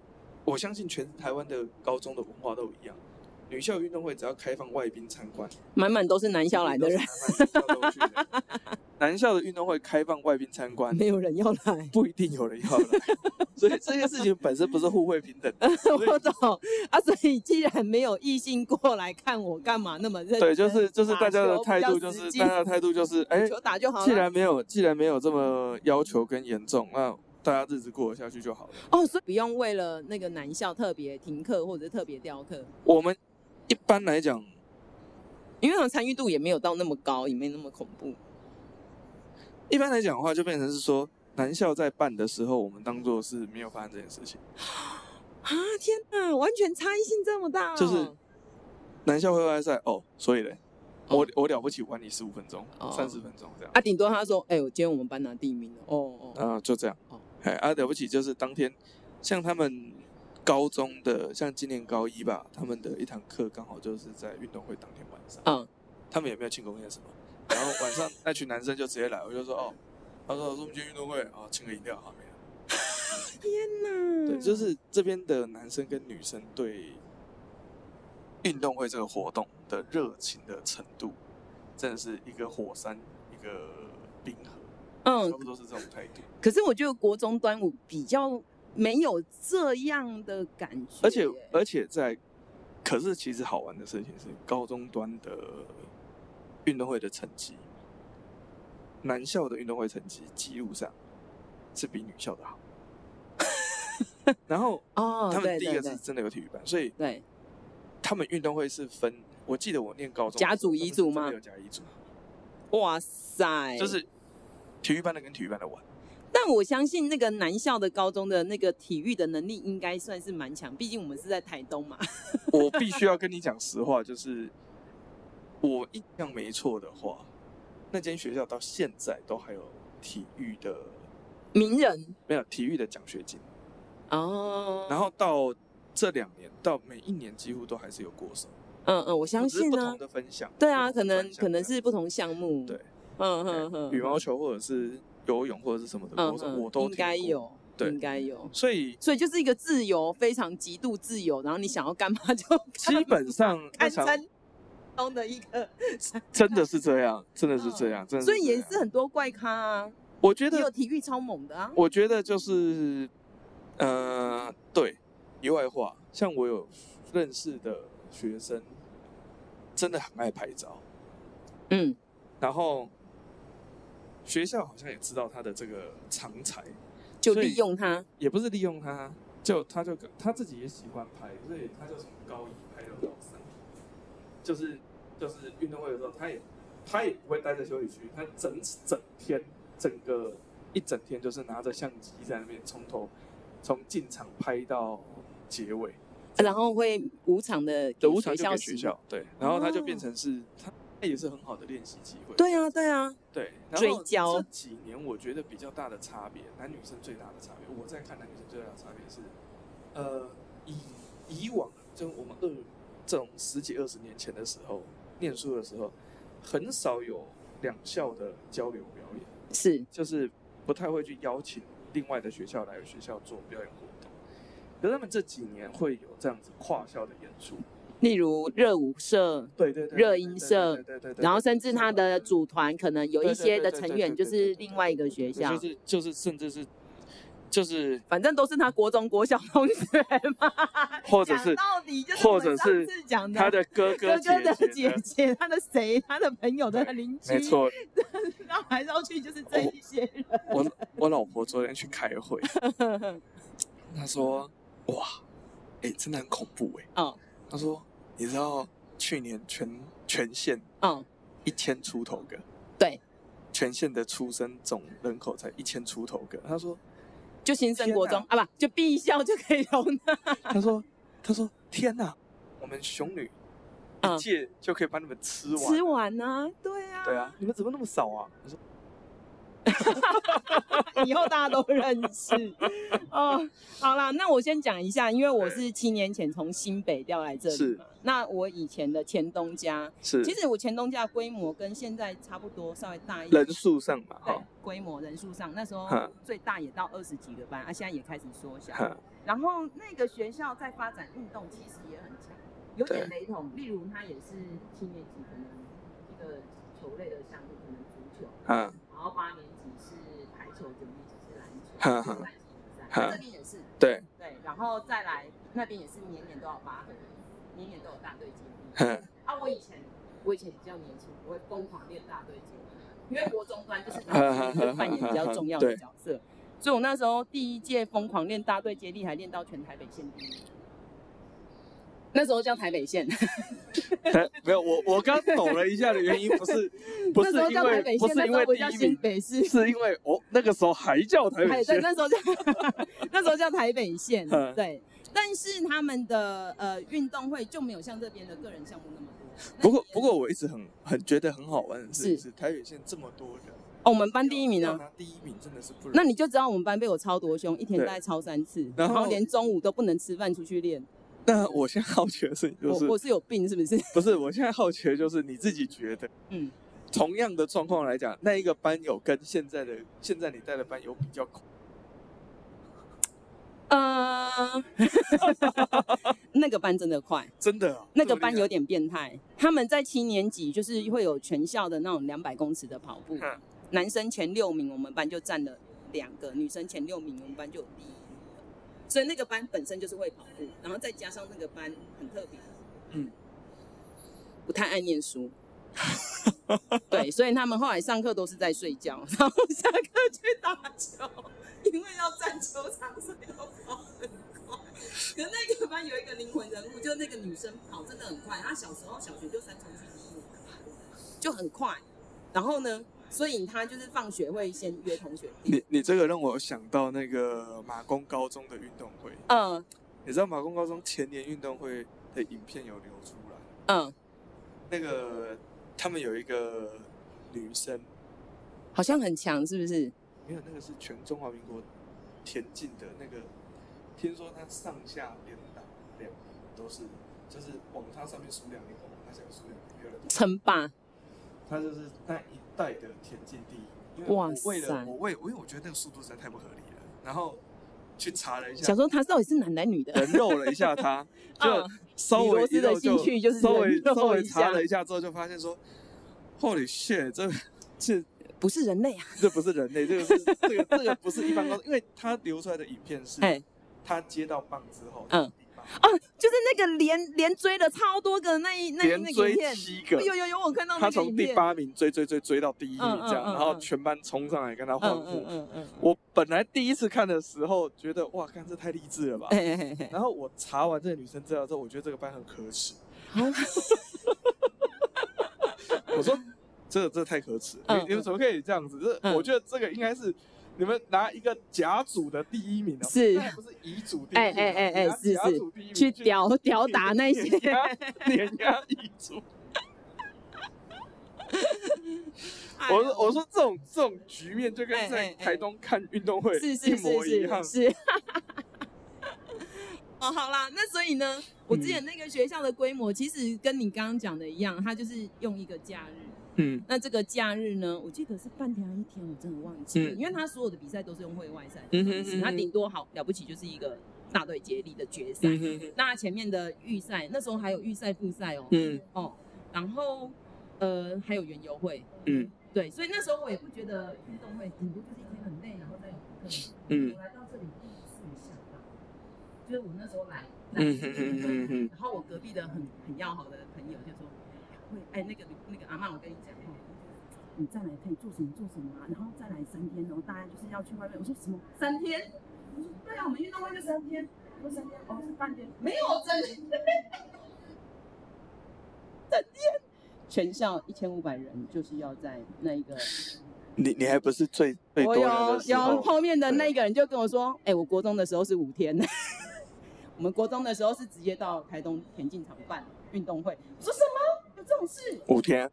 [SPEAKER 2] 我相信全台湾的高中的文化都一样，女校运动会只要开放外宾参观，
[SPEAKER 1] 满满都是男校来的人，
[SPEAKER 2] 一定都是台湾女校都去的南校的运动会开放外宾参观，。
[SPEAKER 1] 没有人要来
[SPEAKER 2] 不一定有人 要来，所以这件事情本身不是互惠平等的，所以
[SPEAKER 1] 我懂啊，所以既然没有异性过来看我，干嘛那么认真？
[SPEAKER 2] 对，就是就是大家的
[SPEAKER 1] 打球
[SPEAKER 2] 态度
[SPEAKER 1] 比较
[SPEAKER 2] 就
[SPEAKER 1] 实
[SPEAKER 2] 是
[SPEAKER 1] 际
[SPEAKER 2] 大家的态 度就是，哎、
[SPEAKER 1] 球打就好
[SPEAKER 2] 既
[SPEAKER 1] 了。
[SPEAKER 2] 然没有既然没有这么要求跟严重，那大家日子过得下去就好了。
[SPEAKER 1] 哦，所以不用为了那个男校特别停课或者是特别雕刻，
[SPEAKER 2] 我们一般来讲，
[SPEAKER 1] 因为那种参与度也没有到那么高，也没那么恐怖。
[SPEAKER 2] 一般来讲的话，就变成是说，男校在办的时候，我们当做是没有发生这件事情。
[SPEAKER 1] 啊天哪，完全差异性这么大、哦！
[SPEAKER 2] 就是男校会外赛哦，所以嘞，
[SPEAKER 1] 哦
[SPEAKER 2] 我我了不起玩你十五分钟
[SPEAKER 1] 哦、
[SPEAKER 2] 三十分钟这样，
[SPEAKER 1] 啊，顶多他说，哎、我今天我们班拿第一名了。哦哦，
[SPEAKER 2] 啊、就这样
[SPEAKER 1] 哦。
[SPEAKER 2] 哎啊，了不起就是当天，像他们高中的，像今年高一吧，他们的一堂课刚好就是在运动会当天晚上，
[SPEAKER 1] 嗯，
[SPEAKER 2] 他们也没有庆功宴什么，然后晚上那群男生就直接来，我就说哦，他说我说我们今天运动会啊，请个饮料啊，没了。
[SPEAKER 1] 天哪，
[SPEAKER 2] 对，就是这边的男生跟女生对运动会这个活动的热情的程度，真的是一个火山一个冰河，
[SPEAKER 1] 嗯
[SPEAKER 2] 差，不多是这种态度。
[SPEAKER 1] 可是我觉得国中端午比较没有这样的感觉耶，
[SPEAKER 2] 而且而且在，可是其实好玩的事情是，高中端的运动会的成绩，男校的运动会成绩记录上是比女校 的好。然后
[SPEAKER 1] 哦，
[SPEAKER 2] 他
[SPEAKER 1] 对
[SPEAKER 2] 们第一个
[SPEAKER 1] 对
[SPEAKER 2] 是
[SPEAKER 1] 对
[SPEAKER 2] 真的有体育班，所以
[SPEAKER 1] 对，
[SPEAKER 2] 他们运动会是分，我记得我念高中
[SPEAKER 1] 甲组乙组
[SPEAKER 2] 嘛，
[SPEAKER 1] 吗哎
[SPEAKER 2] 他们是真的有甲乙组，
[SPEAKER 1] 哇塞，
[SPEAKER 2] 就是体育班的跟体育班的玩。
[SPEAKER 1] 但我相信那个南校的高中的那个体育的能力应该算是蛮强，毕竟我们是在台东嘛。
[SPEAKER 2] 我必须要跟你讲实话，就是我印象没错的话，那间学校到现在都还有体育的
[SPEAKER 1] 名人
[SPEAKER 2] 没有体育的奖学金，
[SPEAKER 1] 哦，
[SPEAKER 2] 然后到这两年到每一年几乎都还是有过手，
[SPEAKER 1] 嗯嗯，我相
[SPEAKER 2] 只是
[SPEAKER 1] 信
[SPEAKER 2] 不
[SPEAKER 1] 呢、
[SPEAKER 2] 同的分享。
[SPEAKER 1] 对啊，
[SPEAKER 2] 不
[SPEAKER 1] 可
[SPEAKER 2] 同的
[SPEAKER 1] 能
[SPEAKER 2] 专项
[SPEAKER 1] 可能
[SPEAKER 2] 这样
[SPEAKER 1] 是不同项目，
[SPEAKER 2] 对，
[SPEAKER 1] 嗯
[SPEAKER 2] 哎
[SPEAKER 1] 哼哼，
[SPEAKER 2] 羽毛球或者是游泳或者是什么的，
[SPEAKER 1] 嗯
[SPEAKER 2] 我
[SPEAKER 1] 哼，
[SPEAKER 2] 我都
[SPEAKER 1] 应
[SPEAKER 2] 听
[SPEAKER 1] 该
[SPEAKER 2] 过，
[SPEAKER 1] 有，
[SPEAKER 2] 对
[SPEAKER 1] 应该有，
[SPEAKER 2] 所以
[SPEAKER 1] 所以就是一个自由，非常极度自由，然后你想要干嘛就干嘛
[SPEAKER 2] 基本上
[SPEAKER 1] 堪
[SPEAKER 2] 那场
[SPEAKER 1] 称中的一个，
[SPEAKER 2] 真的是这样，真的是这样，真
[SPEAKER 1] 啊嗯
[SPEAKER 2] 的
[SPEAKER 1] 所以
[SPEAKER 2] 这
[SPEAKER 1] 也
[SPEAKER 2] 样
[SPEAKER 1] 是很多怪咖啊，
[SPEAKER 2] 我觉
[SPEAKER 1] 也有
[SPEAKER 2] 得，
[SPEAKER 1] 体育超猛的啊，
[SPEAKER 2] 我觉得就是，呃，对，题外话，像我有认识的学生，真的很爱拍照，
[SPEAKER 1] 嗯，
[SPEAKER 2] 然后学校好像也知道他的这个长才，
[SPEAKER 1] 就
[SPEAKER 2] 所以
[SPEAKER 1] 利用它。
[SPEAKER 2] 也不是利用他，就他就他自己也喜欢拍，所以他就从高一拍到高三，就是就是运动会的时候，他也他也不会待在休息区，他整整天整个一整天就是拿着相机在那边从头从进场拍到结尾，
[SPEAKER 1] 然后会无偿的给
[SPEAKER 2] 对，无偿
[SPEAKER 1] 学
[SPEAKER 2] 就给
[SPEAKER 1] 校
[SPEAKER 2] 学
[SPEAKER 1] 使
[SPEAKER 2] 校，对，然后他就
[SPEAKER 1] 哦
[SPEAKER 2] 变成是他他也是很好的练习机会，
[SPEAKER 1] 用。对啊，对啊，
[SPEAKER 2] 对，然
[SPEAKER 1] 追
[SPEAKER 2] 后
[SPEAKER 1] 焦
[SPEAKER 2] 这几年我觉得比较大的差别，男女生最大的差别，我在看男女生最大的差别是，呃，以以往就我们二这种十几二十年前的时候，念书的时候，很少有两校的交流表演，
[SPEAKER 1] 是
[SPEAKER 2] 就是不太会去邀请另外的学校来学校做表演活动，可是他们这几年会有这样子跨校的演出，
[SPEAKER 1] 例如热舞社，
[SPEAKER 2] 对对对，
[SPEAKER 1] 热
[SPEAKER 2] 对
[SPEAKER 1] 音
[SPEAKER 2] 对
[SPEAKER 1] 社
[SPEAKER 2] 对对对对，
[SPEAKER 1] 然后
[SPEAKER 2] 对
[SPEAKER 1] 甚至他的组团可能有一
[SPEAKER 2] 对对
[SPEAKER 1] 些的
[SPEAKER 2] 对对
[SPEAKER 1] 成
[SPEAKER 2] 对
[SPEAKER 1] 员
[SPEAKER 2] 对
[SPEAKER 1] 就
[SPEAKER 2] 对
[SPEAKER 1] 是
[SPEAKER 2] 对
[SPEAKER 1] 另外一个学
[SPEAKER 2] 对
[SPEAKER 1] 校
[SPEAKER 2] 就，是就是甚至是就是
[SPEAKER 1] 反正都是他国中、国小同学嘛。
[SPEAKER 2] 或者是
[SPEAKER 1] 讲到底就是
[SPEAKER 2] 或
[SPEAKER 1] 我们
[SPEAKER 2] 者
[SPEAKER 1] 上
[SPEAKER 2] 是
[SPEAKER 1] 次 讲
[SPEAKER 2] 他的哥
[SPEAKER 1] 哥
[SPEAKER 2] 姐
[SPEAKER 1] 哥的
[SPEAKER 2] 姐
[SPEAKER 1] 姐姐，他的谁，他的朋友，他的邻居，
[SPEAKER 2] 没，错，
[SPEAKER 1] 绕来绕去就是这一些人。
[SPEAKER 2] 我我老婆昨天去开会，
[SPEAKER 1] 嗯
[SPEAKER 2] 她说哇，哎、真的很恐怖哎、
[SPEAKER 1] 哦
[SPEAKER 2] 她说你知道去年全全县
[SPEAKER 1] 嗯，
[SPEAKER 2] 一千出头个，
[SPEAKER 1] 对，
[SPEAKER 2] 全县的出生总人口才一千出头个，她说
[SPEAKER 1] 就新生
[SPEAKER 2] 天
[SPEAKER 1] 国中啊，不就必校就可以容纳。
[SPEAKER 2] 她说她说天哪，我们熊女
[SPEAKER 1] 嗯
[SPEAKER 2] 一届就可以把你们吃完，
[SPEAKER 1] 吃完啊，对啊，
[SPEAKER 2] 对啊，，你们怎么那么少啊？我说
[SPEAKER 1] 以后大家都认 识。哦，好啦，那我先讲一下，因为我是七年前从新北调来这里
[SPEAKER 2] 是
[SPEAKER 1] 嘛。那我以前的前东家，
[SPEAKER 2] 是，
[SPEAKER 1] 其实我前东家的规模跟现在差不多，稍微大一点。
[SPEAKER 2] 人数上嘛，
[SPEAKER 1] 对
[SPEAKER 2] 哈，
[SPEAKER 1] 规模人数上，那时候
[SPEAKER 2] 哈
[SPEAKER 1] 最大也到二十几个班，啊，现在也开始缩小。
[SPEAKER 2] 哈
[SPEAKER 1] 然后那个学校在发展运动，其实也很强，有点雷同。例如，它也是七年级可能一个球类的项目，可能足球，
[SPEAKER 2] 嗯
[SPEAKER 1] 然后八年级是排球，九年级是篮球，
[SPEAKER 2] 哈
[SPEAKER 1] 就是
[SPEAKER 2] 哈
[SPEAKER 1] 篮球比赛。
[SPEAKER 2] 哈
[SPEAKER 1] 那这边也是
[SPEAKER 2] 对，
[SPEAKER 1] 对，然后再来那边也是年年都要拔河，年年都有大队接力。
[SPEAKER 2] 哼
[SPEAKER 1] 啊，我以前我以前比较年轻，我会疯狂练大队接力，因为国中端就是老师扮演比较重要的角 色，所以我那时候第一届疯狂练大队接力，还练到全台北县第一名。那时候叫台北县，
[SPEAKER 2] 哎 没有，我我刚抖了一下的原因不 是不
[SPEAKER 1] 那
[SPEAKER 2] 是
[SPEAKER 1] 时候
[SPEAKER 2] 因
[SPEAKER 1] 叫台
[SPEAKER 2] 为
[SPEAKER 1] 北
[SPEAKER 2] 不
[SPEAKER 1] 县，那
[SPEAKER 2] 是
[SPEAKER 1] 时
[SPEAKER 2] 因
[SPEAKER 1] 候
[SPEAKER 2] 为
[SPEAKER 1] 不
[SPEAKER 2] 第
[SPEAKER 1] 叫
[SPEAKER 2] 一
[SPEAKER 1] 新
[SPEAKER 2] 名，
[SPEAKER 1] 北市，
[SPEAKER 2] 是因为我那个时候还叫台
[SPEAKER 1] 哎，对，
[SPEAKER 2] 北县，
[SPEAKER 1] 那时候叫 那时候叫台北县，
[SPEAKER 2] 嗯
[SPEAKER 1] 对。但是他们的呃运动会就没有像这边的个人项目那么多。
[SPEAKER 2] 不过不过我一直很很觉得很好玩的事情
[SPEAKER 1] 是
[SPEAKER 2] 是台北县这么多人，
[SPEAKER 1] 哦，我们班第一名
[SPEAKER 2] 要
[SPEAKER 1] 啊，
[SPEAKER 2] 拿第一名真的是不容易。
[SPEAKER 1] 那你就知道我们班被我抄多凶，一天
[SPEAKER 2] 对
[SPEAKER 1] 大概抄三次，
[SPEAKER 2] 然后
[SPEAKER 1] 连中午都不能吃饭出去练。
[SPEAKER 2] 那我现在好奇的事情就是
[SPEAKER 1] 哦我我是有病是不 是？
[SPEAKER 2] 不是我现在好奇的就是你自己觉得
[SPEAKER 1] 嗯，
[SPEAKER 2] 同样的状况来讲，那一个班有跟现在的现在你带的班有比较恐
[SPEAKER 1] 呃， 那个班真的快，
[SPEAKER 2] 真的啊
[SPEAKER 1] 那
[SPEAKER 2] 这
[SPEAKER 1] 个
[SPEAKER 2] 么厉
[SPEAKER 1] 班
[SPEAKER 2] 害
[SPEAKER 1] 有点变态。他们在七年级就是会有全校的那种两百公尺的跑步，
[SPEAKER 2] 嗯
[SPEAKER 1] 男生前六名我们班就占了两个，女生前六名我们班就有第一个，所以那个班本身就是会跑步，然后再加上那个班很特别，
[SPEAKER 2] 嗯，
[SPEAKER 1] 不太爱念书。对，所以他们后来上课都是在睡觉，然后下课去打球，因为要占球场，所以要跑很快。可是那个班有一个灵魂人物，就是那个女生跑真的很快，她小时候小学就三重去第一名，就很快。然后呢，所以她就是放学会先约同学
[SPEAKER 2] 你你这个让我想到那个马工高中的运动会，
[SPEAKER 1] 嗯
[SPEAKER 2] 你知道马工高中前年运动会的影片有流出来，
[SPEAKER 1] 嗯，
[SPEAKER 2] 那个他们有一个女生，
[SPEAKER 1] 好像很强，是不是？
[SPEAKER 2] 没有那个是全中华民国田径的那个，听说她上下连打两名都是，就是往她上面数两名，往她下面数两名，没有人打
[SPEAKER 1] 称霸，
[SPEAKER 2] 她就是那一代的田径第一。因为
[SPEAKER 1] 哇
[SPEAKER 2] 我为
[SPEAKER 1] 塞
[SPEAKER 2] 了我为我因为我觉得那个速度实在太不合理了，然后去查了一下
[SPEAKER 1] 想，说她到底是男男女的？
[SPEAKER 2] 人肉了一 下她，
[SPEAKER 1] 嗯
[SPEAKER 2] 就稍微一
[SPEAKER 1] 的
[SPEAKER 2] 肉
[SPEAKER 1] 兴
[SPEAKER 2] 就
[SPEAKER 1] 趣就是
[SPEAKER 2] 稍微
[SPEAKER 1] 人肉
[SPEAKER 2] 稍微
[SPEAKER 1] 一
[SPEAKER 2] 查
[SPEAKER 1] 下
[SPEAKER 2] 了一下之后，就发现说，Holy shit，这这
[SPEAKER 1] 不是人类啊！
[SPEAKER 2] 这不是人类，这个是这个这个不是一般高，因为他流出来的影片是
[SPEAKER 1] 哎，
[SPEAKER 2] 他接到棒之后，
[SPEAKER 1] 嗯
[SPEAKER 2] 第八
[SPEAKER 1] 啊，就是那个连连追了超多个那一那一
[SPEAKER 2] 连
[SPEAKER 1] 那个影
[SPEAKER 2] 追
[SPEAKER 1] 片，
[SPEAKER 2] 七个，
[SPEAKER 1] 有有有，我看到那
[SPEAKER 2] 他
[SPEAKER 1] 个
[SPEAKER 2] 从
[SPEAKER 1] 影
[SPEAKER 2] 第
[SPEAKER 1] 片，
[SPEAKER 2] 八名追追追追到第一名
[SPEAKER 1] 嗯嗯
[SPEAKER 2] 这样，
[SPEAKER 1] 嗯
[SPEAKER 2] 然后
[SPEAKER 1] 嗯
[SPEAKER 2] 全班冲上来跟他欢
[SPEAKER 1] 嗯
[SPEAKER 2] 呼。
[SPEAKER 1] 嗯嗯嗯，
[SPEAKER 2] 我本来第一次看的时候觉得哇，看这太励志了吧。
[SPEAKER 1] 哎哎哎，
[SPEAKER 2] 然后我查完这个女生资料之后，我觉得这个班很可耻。我说这这太可耻，了，
[SPEAKER 1] 嗯
[SPEAKER 2] 你你们怎么可以这样子？这
[SPEAKER 1] 嗯
[SPEAKER 2] 我觉得这个应该是你们拿一个甲组的第一名哦，
[SPEAKER 1] 是
[SPEAKER 2] 那也不是乙组第一名，哦
[SPEAKER 1] 哎哎哎哎
[SPEAKER 2] 你拿
[SPEAKER 1] 是
[SPEAKER 2] 甲
[SPEAKER 1] 是
[SPEAKER 2] 组第一名
[SPEAKER 1] 去屌 屌打那些，
[SPEAKER 2] 碾压碾压乙组。 我说我说这种这种局面就跟
[SPEAKER 1] 哎
[SPEAKER 2] 在
[SPEAKER 1] 哎哎
[SPEAKER 2] 台东看运动会
[SPEAKER 1] 是是
[SPEAKER 2] 一模一
[SPEAKER 1] 是
[SPEAKER 2] 样
[SPEAKER 1] 是，是。 哦，好啦，那所以呢，我之
[SPEAKER 2] 嗯
[SPEAKER 1] 前那个学校的规模其实跟你刚刚讲的一样，它就是用一个假日。
[SPEAKER 2] 嗯
[SPEAKER 1] 那这个假日呢，我记得是半天还是一天，我真的忘记了，
[SPEAKER 2] 嗯
[SPEAKER 1] 因为他所有的比赛都是用会外赛的
[SPEAKER 2] 嗯
[SPEAKER 1] 方
[SPEAKER 2] 哼嗯
[SPEAKER 1] 式，
[SPEAKER 2] 哼
[SPEAKER 1] 他顶多好了不起就是一个大队接力的决赛。
[SPEAKER 2] 嗯哼哼
[SPEAKER 1] 那前面的预赛，那时候还有预赛、复赛哦，
[SPEAKER 2] 嗯
[SPEAKER 1] 哦，然后呃还有园游会，
[SPEAKER 2] 嗯
[SPEAKER 1] 对，所以那时候我也不觉得运动会顶多就是一天很累，然后再有课。
[SPEAKER 2] 嗯
[SPEAKER 1] 我来到这里第一次想到，就是我那时候来，来
[SPEAKER 2] 嗯哼哼哼哼，
[SPEAKER 1] 然后我隔壁的很很要好的朋友就说，会哎那个那个阿嬷，我跟你讲哦，你再来可以做什么做什么啊，然后再来三天，然后大家就是要去外面。我说什么三天？我说对啊，我们运动会就三天。我说三天哦是半天，没有整天，整天。全校一千五百人就是要在那一个，
[SPEAKER 2] 你你还不是最最
[SPEAKER 1] 我
[SPEAKER 2] 多人
[SPEAKER 1] 有
[SPEAKER 2] 的时
[SPEAKER 1] 有
[SPEAKER 2] 候，
[SPEAKER 1] 后面的那一个人就跟我说，哎、我国中的时候是五天， 我们国中的时候是直接到台东田径场办运动会。我说什么？有这种事？
[SPEAKER 2] 五天，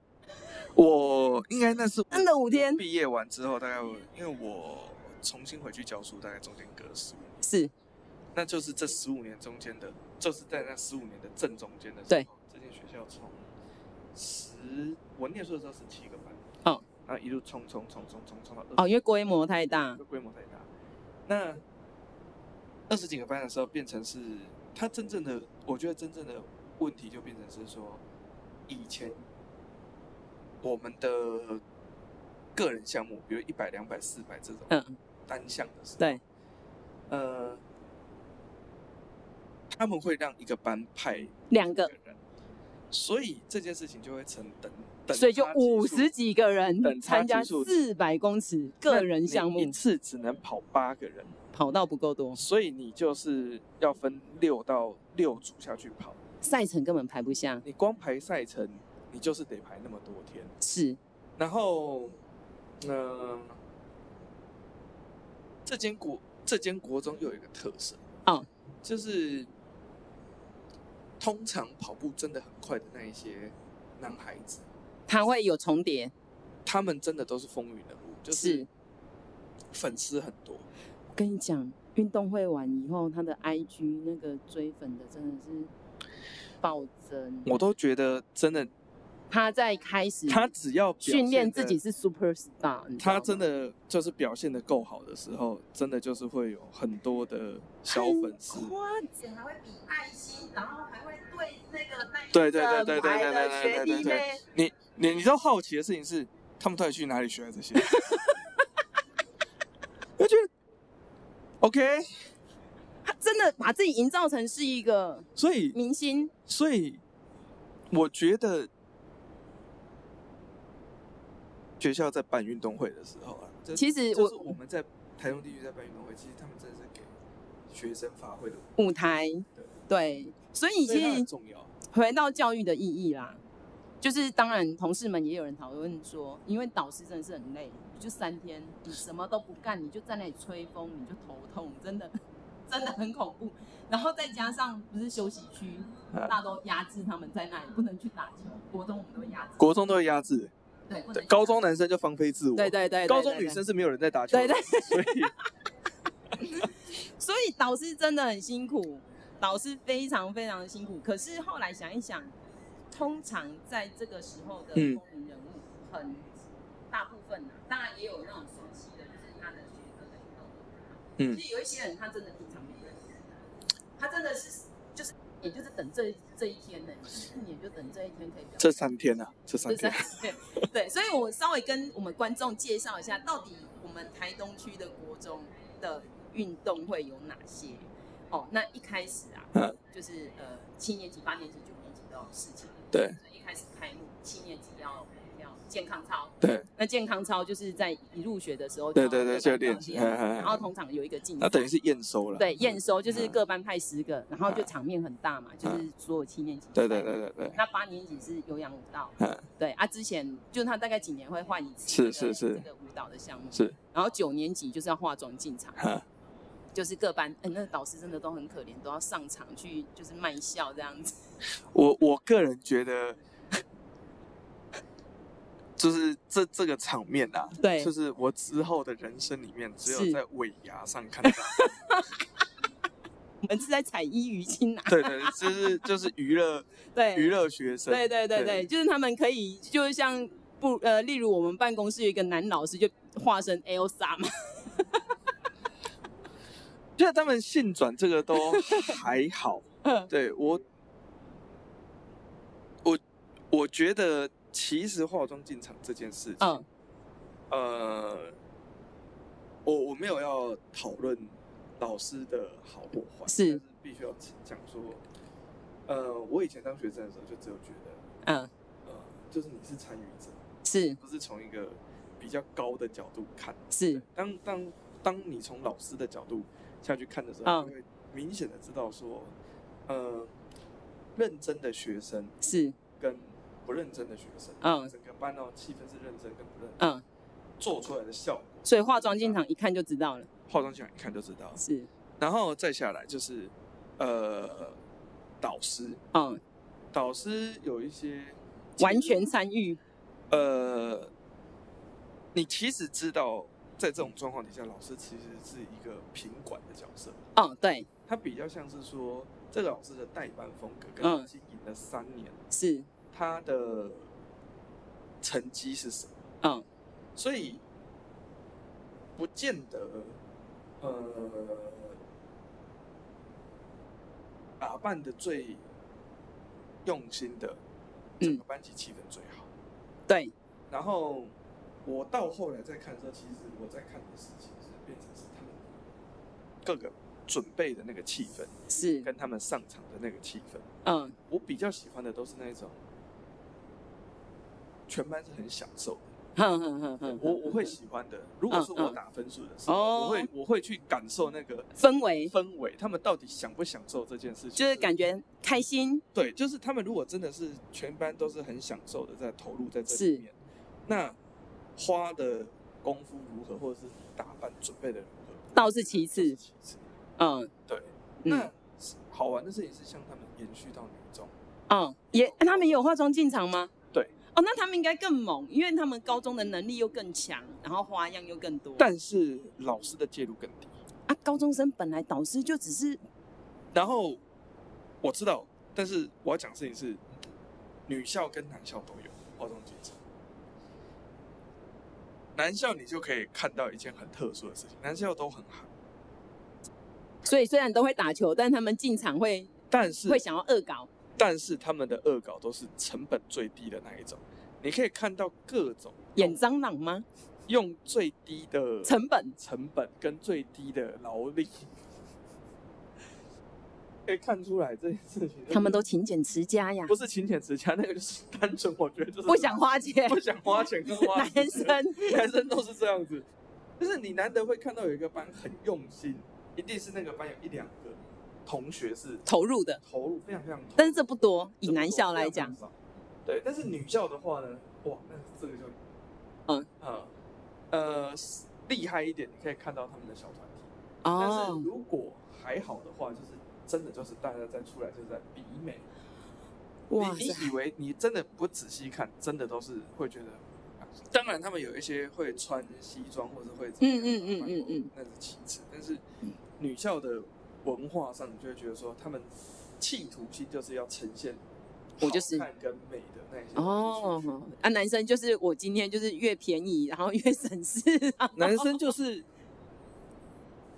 [SPEAKER 2] 我应该那是
[SPEAKER 1] 真的五天？
[SPEAKER 2] 毕业完之后，大概我因为我重新回去教书，大概中间隔十五年，
[SPEAKER 1] 是
[SPEAKER 2] 那就是这十五年中间的，就是在那十五年的正中间的时候，
[SPEAKER 1] 对，
[SPEAKER 2] 这间学校从十我念书的时候十七个班，
[SPEAKER 1] 哦，
[SPEAKER 2] 然后一路冲冲冲冲冲冲到二
[SPEAKER 1] 哦，因为规模太大
[SPEAKER 2] 这，规模太大。那二十几个班的时候，变成是他真正的，我觉得真正的问题就变成是说，以前我们的个人项目，比如一百、两百、四百这种，
[SPEAKER 1] 嗯，
[SPEAKER 2] 单项的时候，
[SPEAKER 1] 对，
[SPEAKER 2] 呃，他们会让一个班派一
[SPEAKER 1] 两
[SPEAKER 2] 个
[SPEAKER 1] 个，
[SPEAKER 2] 人，所以这件事情就会成等等，
[SPEAKER 1] 所以就五十。几个
[SPEAKER 2] 等
[SPEAKER 1] 人
[SPEAKER 2] 差
[SPEAKER 1] 参加
[SPEAKER 2] 级数
[SPEAKER 1] 四百公尺个人项
[SPEAKER 2] 那你
[SPEAKER 1] 目
[SPEAKER 2] 一，次只能跑八个人，
[SPEAKER 1] 跑道不够多，
[SPEAKER 2] 所以你就是要分六到六组下去跑，
[SPEAKER 1] 赛程根本排不下。
[SPEAKER 2] 你光排赛程，你就是得排那么多天。
[SPEAKER 1] 是，
[SPEAKER 2] 然后，呃，这间国这间国中又有一个特色，
[SPEAKER 1] 哦，
[SPEAKER 2] 就是通常跑步真的很快的那一些男孩子，
[SPEAKER 1] 它会有重叠。
[SPEAKER 2] 他们真的都是风云人物，就是是粉丝很多，
[SPEAKER 1] 我跟你讲，运动会完以后，他的 IG 那个追粉的真的是暴增。
[SPEAKER 2] 我都觉得真的，
[SPEAKER 1] 他在开始
[SPEAKER 2] 他只要表
[SPEAKER 1] 嗯训练
[SPEAKER 2] 现
[SPEAKER 1] 自
[SPEAKER 2] 得
[SPEAKER 1] 己是 super star，你知道
[SPEAKER 2] 他
[SPEAKER 1] 吗
[SPEAKER 2] 真的就是表现的够好的时候，真的就是会有很多的小粉丝。
[SPEAKER 1] 很夸张，还会比爱心，然后还会对那个那一
[SPEAKER 2] 对对对
[SPEAKER 1] 整
[SPEAKER 2] 对对
[SPEAKER 1] 排
[SPEAKER 2] 对
[SPEAKER 1] 的
[SPEAKER 2] 对
[SPEAKER 1] 学
[SPEAKER 2] 对对
[SPEAKER 1] 弟
[SPEAKER 2] 对
[SPEAKER 1] 妹
[SPEAKER 2] 你你你知道好奇的事情是，他们到底去哪里学的这些？ 我觉得 OK，
[SPEAKER 1] 他真的把自己营造成是一个
[SPEAKER 2] 所以
[SPEAKER 1] 明星，
[SPEAKER 2] 所以我觉得学校在办运动会的时候啊，就
[SPEAKER 1] 其实
[SPEAKER 2] 就是
[SPEAKER 1] 我
[SPEAKER 2] 我们在台中地区在办运动会，其实他们真的是给学生发挥的舞
[SPEAKER 1] 舞台，对，所以
[SPEAKER 2] 台，所以它
[SPEAKER 1] 其
[SPEAKER 2] 很
[SPEAKER 1] 实
[SPEAKER 2] 重要。
[SPEAKER 1] 回到教育的意义啦，就是当然同事们也有人讨论说，因为导师真的是很累，你就三天，你什么都不干，你就在那里吹风，你就头痛，真的 真的很恐怖。然后再加上不是休息区，
[SPEAKER 2] 啊
[SPEAKER 1] 大家都压制他们在那里，不能去打球。国中我们都压制，
[SPEAKER 2] 国中都会压制，
[SPEAKER 1] 对，不能
[SPEAKER 2] 对，
[SPEAKER 1] 去打
[SPEAKER 2] 高中男生就放飞自我，
[SPEAKER 1] 对对对对
[SPEAKER 2] 高中女生是没有人在打球的，
[SPEAKER 1] 对对
[SPEAKER 2] 所以
[SPEAKER 1] 所以导师真的很辛苦，导师非常非常的辛苦。可是后来想一想，通常在这个时候的风
[SPEAKER 2] 嗯
[SPEAKER 1] 云人物很大部分啊，当然也有那种熟悉的，就是他的学科的运动员啊。
[SPEAKER 2] 嗯
[SPEAKER 1] 其实有一些人他真的平常没认识，他真的是就是也就是等这这一天呢、就是一年就等这一天可以表
[SPEAKER 2] 这三天啊，这三
[SPEAKER 1] 对
[SPEAKER 2] 天，
[SPEAKER 1] 对 对，所以我稍微跟我们观众介绍一下，到底我们台东区的国中的运动会有哪些。哦，那一开始啊，
[SPEAKER 2] 嗯
[SPEAKER 1] 就是呃七年级、八年级、九年级都有事情，
[SPEAKER 2] 对
[SPEAKER 1] 所以一开始开幕七年级要要健康操，
[SPEAKER 2] 对，
[SPEAKER 1] 那健康操就是在一入学的时候，
[SPEAKER 2] 对对对就练习嘿嘿嘿
[SPEAKER 1] 然后通常有一个竞
[SPEAKER 2] 那
[SPEAKER 1] 赛，
[SPEAKER 2] 等于是验收了。嗯
[SPEAKER 1] 对验收，就是各班派十个，然后就场面很大嘛，就是所有七年级，
[SPEAKER 2] 对对对对对，
[SPEAKER 1] 那八年级是有氧舞蹈，
[SPEAKER 2] 嗯
[SPEAKER 1] 对啊，之前就是他大概几年会换一次、
[SPEAKER 2] 是
[SPEAKER 1] 这个
[SPEAKER 2] 是是
[SPEAKER 1] 这个舞蹈的项目，
[SPEAKER 2] 是，啊
[SPEAKER 1] 然后九年级就是要化妆进场，
[SPEAKER 2] 哈，
[SPEAKER 1] 就是各班，嗯、那导师真的都很可怜，都要上场去就是卖笑这样子，
[SPEAKER 2] 我我个人觉得， 就是这这个场面啊，
[SPEAKER 1] 对
[SPEAKER 2] 就是我之后的人生里面，只
[SPEAKER 1] 是
[SPEAKER 2] 有在尾牙上 看到。
[SPEAKER 1] 我们是在采衣娱亲啊，
[SPEAKER 2] 对对，对就是就是娱乐
[SPEAKER 1] 对，
[SPEAKER 2] 娱乐学生。
[SPEAKER 1] 对对对对，就是他们可以，就是像不呃，例如我们办公室有一个男老师就化身 Elsa 嘛，
[SPEAKER 2] 就是他们性转这个都还好。
[SPEAKER 1] 嗯
[SPEAKER 2] 对我，我我觉得其实化妆进场这件事情，
[SPEAKER 1] 嗯
[SPEAKER 2] 呃，我我没有要讨论老师的好或坏，
[SPEAKER 1] 是
[SPEAKER 2] 但必须要讲说，呃，我以前当学生的时候就只有觉得，
[SPEAKER 1] 嗯，
[SPEAKER 2] 呃，就是你是参与者，
[SPEAKER 1] 是
[SPEAKER 2] 不是从一个比较高的角度看。
[SPEAKER 1] 是，
[SPEAKER 2] 当当当你从老师的角度下去看的时候，
[SPEAKER 1] 嗯
[SPEAKER 2] 你会明显的知道说，呃，认真的学生
[SPEAKER 1] 是，
[SPEAKER 2] 跟不认真的学生，
[SPEAKER 1] 嗯
[SPEAKER 2] 整个班哦气氛是认真跟不认真，
[SPEAKER 1] 嗯，
[SPEAKER 2] 做出来的效果，
[SPEAKER 1] 所以化妆进场一看就知道了，
[SPEAKER 2] 化妆进来一看就知道。
[SPEAKER 1] 是，
[SPEAKER 2] 然后再下来就是，呃，导师，
[SPEAKER 1] 嗯，
[SPEAKER 2] 导师有一些
[SPEAKER 1] 完全参与，
[SPEAKER 2] 呃，你其实知道，在这种状况底下，老师其实是一个品管的角色，
[SPEAKER 1] 嗯，对，
[SPEAKER 2] 他比较像是说这个老师的代班风格，跟
[SPEAKER 1] 嗯
[SPEAKER 2] 他经营了三年，
[SPEAKER 1] 是，
[SPEAKER 2] 他的成绩是什么，
[SPEAKER 1] 嗯
[SPEAKER 2] 所以不见得，呃，打扮的最用心的，整个班级气氛最好。
[SPEAKER 1] 对，
[SPEAKER 2] 然后我到后来再看的时候，其实我在看的事情是变成是他们各个准备的那个气氛，
[SPEAKER 1] 是，
[SPEAKER 2] 跟他们上场的那个气氛。
[SPEAKER 1] 嗯
[SPEAKER 2] 我比较喜欢的都是那一种，全班是很享受的。
[SPEAKER 1] 哼哼哼哼，
[SPEAKER 2] 我我会喜欢的。如果说
[SPEAKER 1] 嗯
[SPEAKER 2] 我
[SPEAKER 1] 嗯
[SPEAKER 2] 打分数的时候，
[SPEAKER 1] 哦
[SPEAKER 2] 我会我会去感受那个
[SPEAKER 1] 氛围
[SPEAKER 2] 氛围，他们到底享不享受这件事情？
[SPEAKER 1] 就是感觉开心，
[SPEAKER 2] 对，就是他们如果真的是全班都是很享受的在投入在这
[SPEAKER 1] 是
[SPEAKER 2] 里面，那花的功夫如何，或者是打扮准备的如何，
[SPEAKER 1] 倒是其次
[SPEAKER 2] 都是其次。
[SPEAKER 1] 嗯
[SPEAKER 2] 对，那
[SPEAKER 1] 嗯
[SPEAKER 2] 好玩的事情是像他们延续到女中，
[SPEAKER 1] 嗯，也他们也有化妆进场吗？
[SPEAKER 2] 哦对，
[SPEAKER 1] 哦，那他们应该更猛，因为他们高中的能力又更强，然后花样又更多。
[SPEAKER 2] 但是老师的介入更低。
[SPEAKER 1] 啊，高中生本来导师就只是
[SPEAKER 2] 然后我知道，但是我要讲的事情是，女校跟男校都有化妆进场。男校你就可以看到一件很特殊的事情，男校都很好，
[SPEAKER 1] 所以虽然都会打球，但他们进场会
[SPEAKER 2] 但是
[SPEAKER 1] 会想要恶搞，
[SPEAKER 2] 但是他们的恶搞都是成本最低的那一种。你可以看到各种
[SPEAKER 1] 演蟑螂吗？
[SPEAKER 2] 用最低的
[SPEAKER 1] 成本
[SPEAKER 2] 成本跟最低的劳力，可以看出来这件事情。
[SPEAKER 1] 他们都勤俭持家呀
[SPEAKER 2] 不，是勤俭持家，那个就是单纯，我觉得就是
[SPEAKER 1] 不想花钱。
[SPEAKER 2] 不想花钱跟花
[SPEAKER 1] 男生
[SPEAKER 2] 男生都是这样子，就是你难得会看到有一个班很用心，一定是那个班有一两个同学是
[SPEAKER 1] 投入的，
[SPEAKER 2] 投入非常非常投入，
[SPEAKER 1] 但是这不多。以
[SPEAKER 2] 这么
[SPEAKER 1] 男
[SPEAKER 2] 多
[SPEAKER 1] 校来，
[SPEAKER 2] 非
[SPEAKER 1] 讲，
[SPEAKER 2] 常非常少对，但是女校的话呢，哇，那这个就，
[SPEAKER 1] 嗯
[SPEAKER 2] 嗯呃，厉害一点，你可以看到他们的小团体。但
[SPEAKER 1] 哦
[SPEAKER 2] 是，如果还好的话，就是真的就是大家再出来就是在比美。
[SPEAKER 1] 哇
[SPEAKER 2] 你
[SPEAKER 1] 塞，
[SPEAKER 2] 你以为你真的不仔细看，真的都是会觉得。啊当然，他们有一些会穿西装，或者会怎么样
[SPEAKER 1] 嗯嗯嗯嗯嗯，
[SPEAKER 2] 那是其次。但是女校的文化上，你就会觉得说，他们企图心就是要呈现
[SPEAKER 1] 我就是
[SPEAKER 2] 好看跟美的那一些东西出去
[SPEAKER 1] 哦啊，男生就是我今天就是越便宜，然后越 省事。啊然后
[SPEAKER 2] 男生就是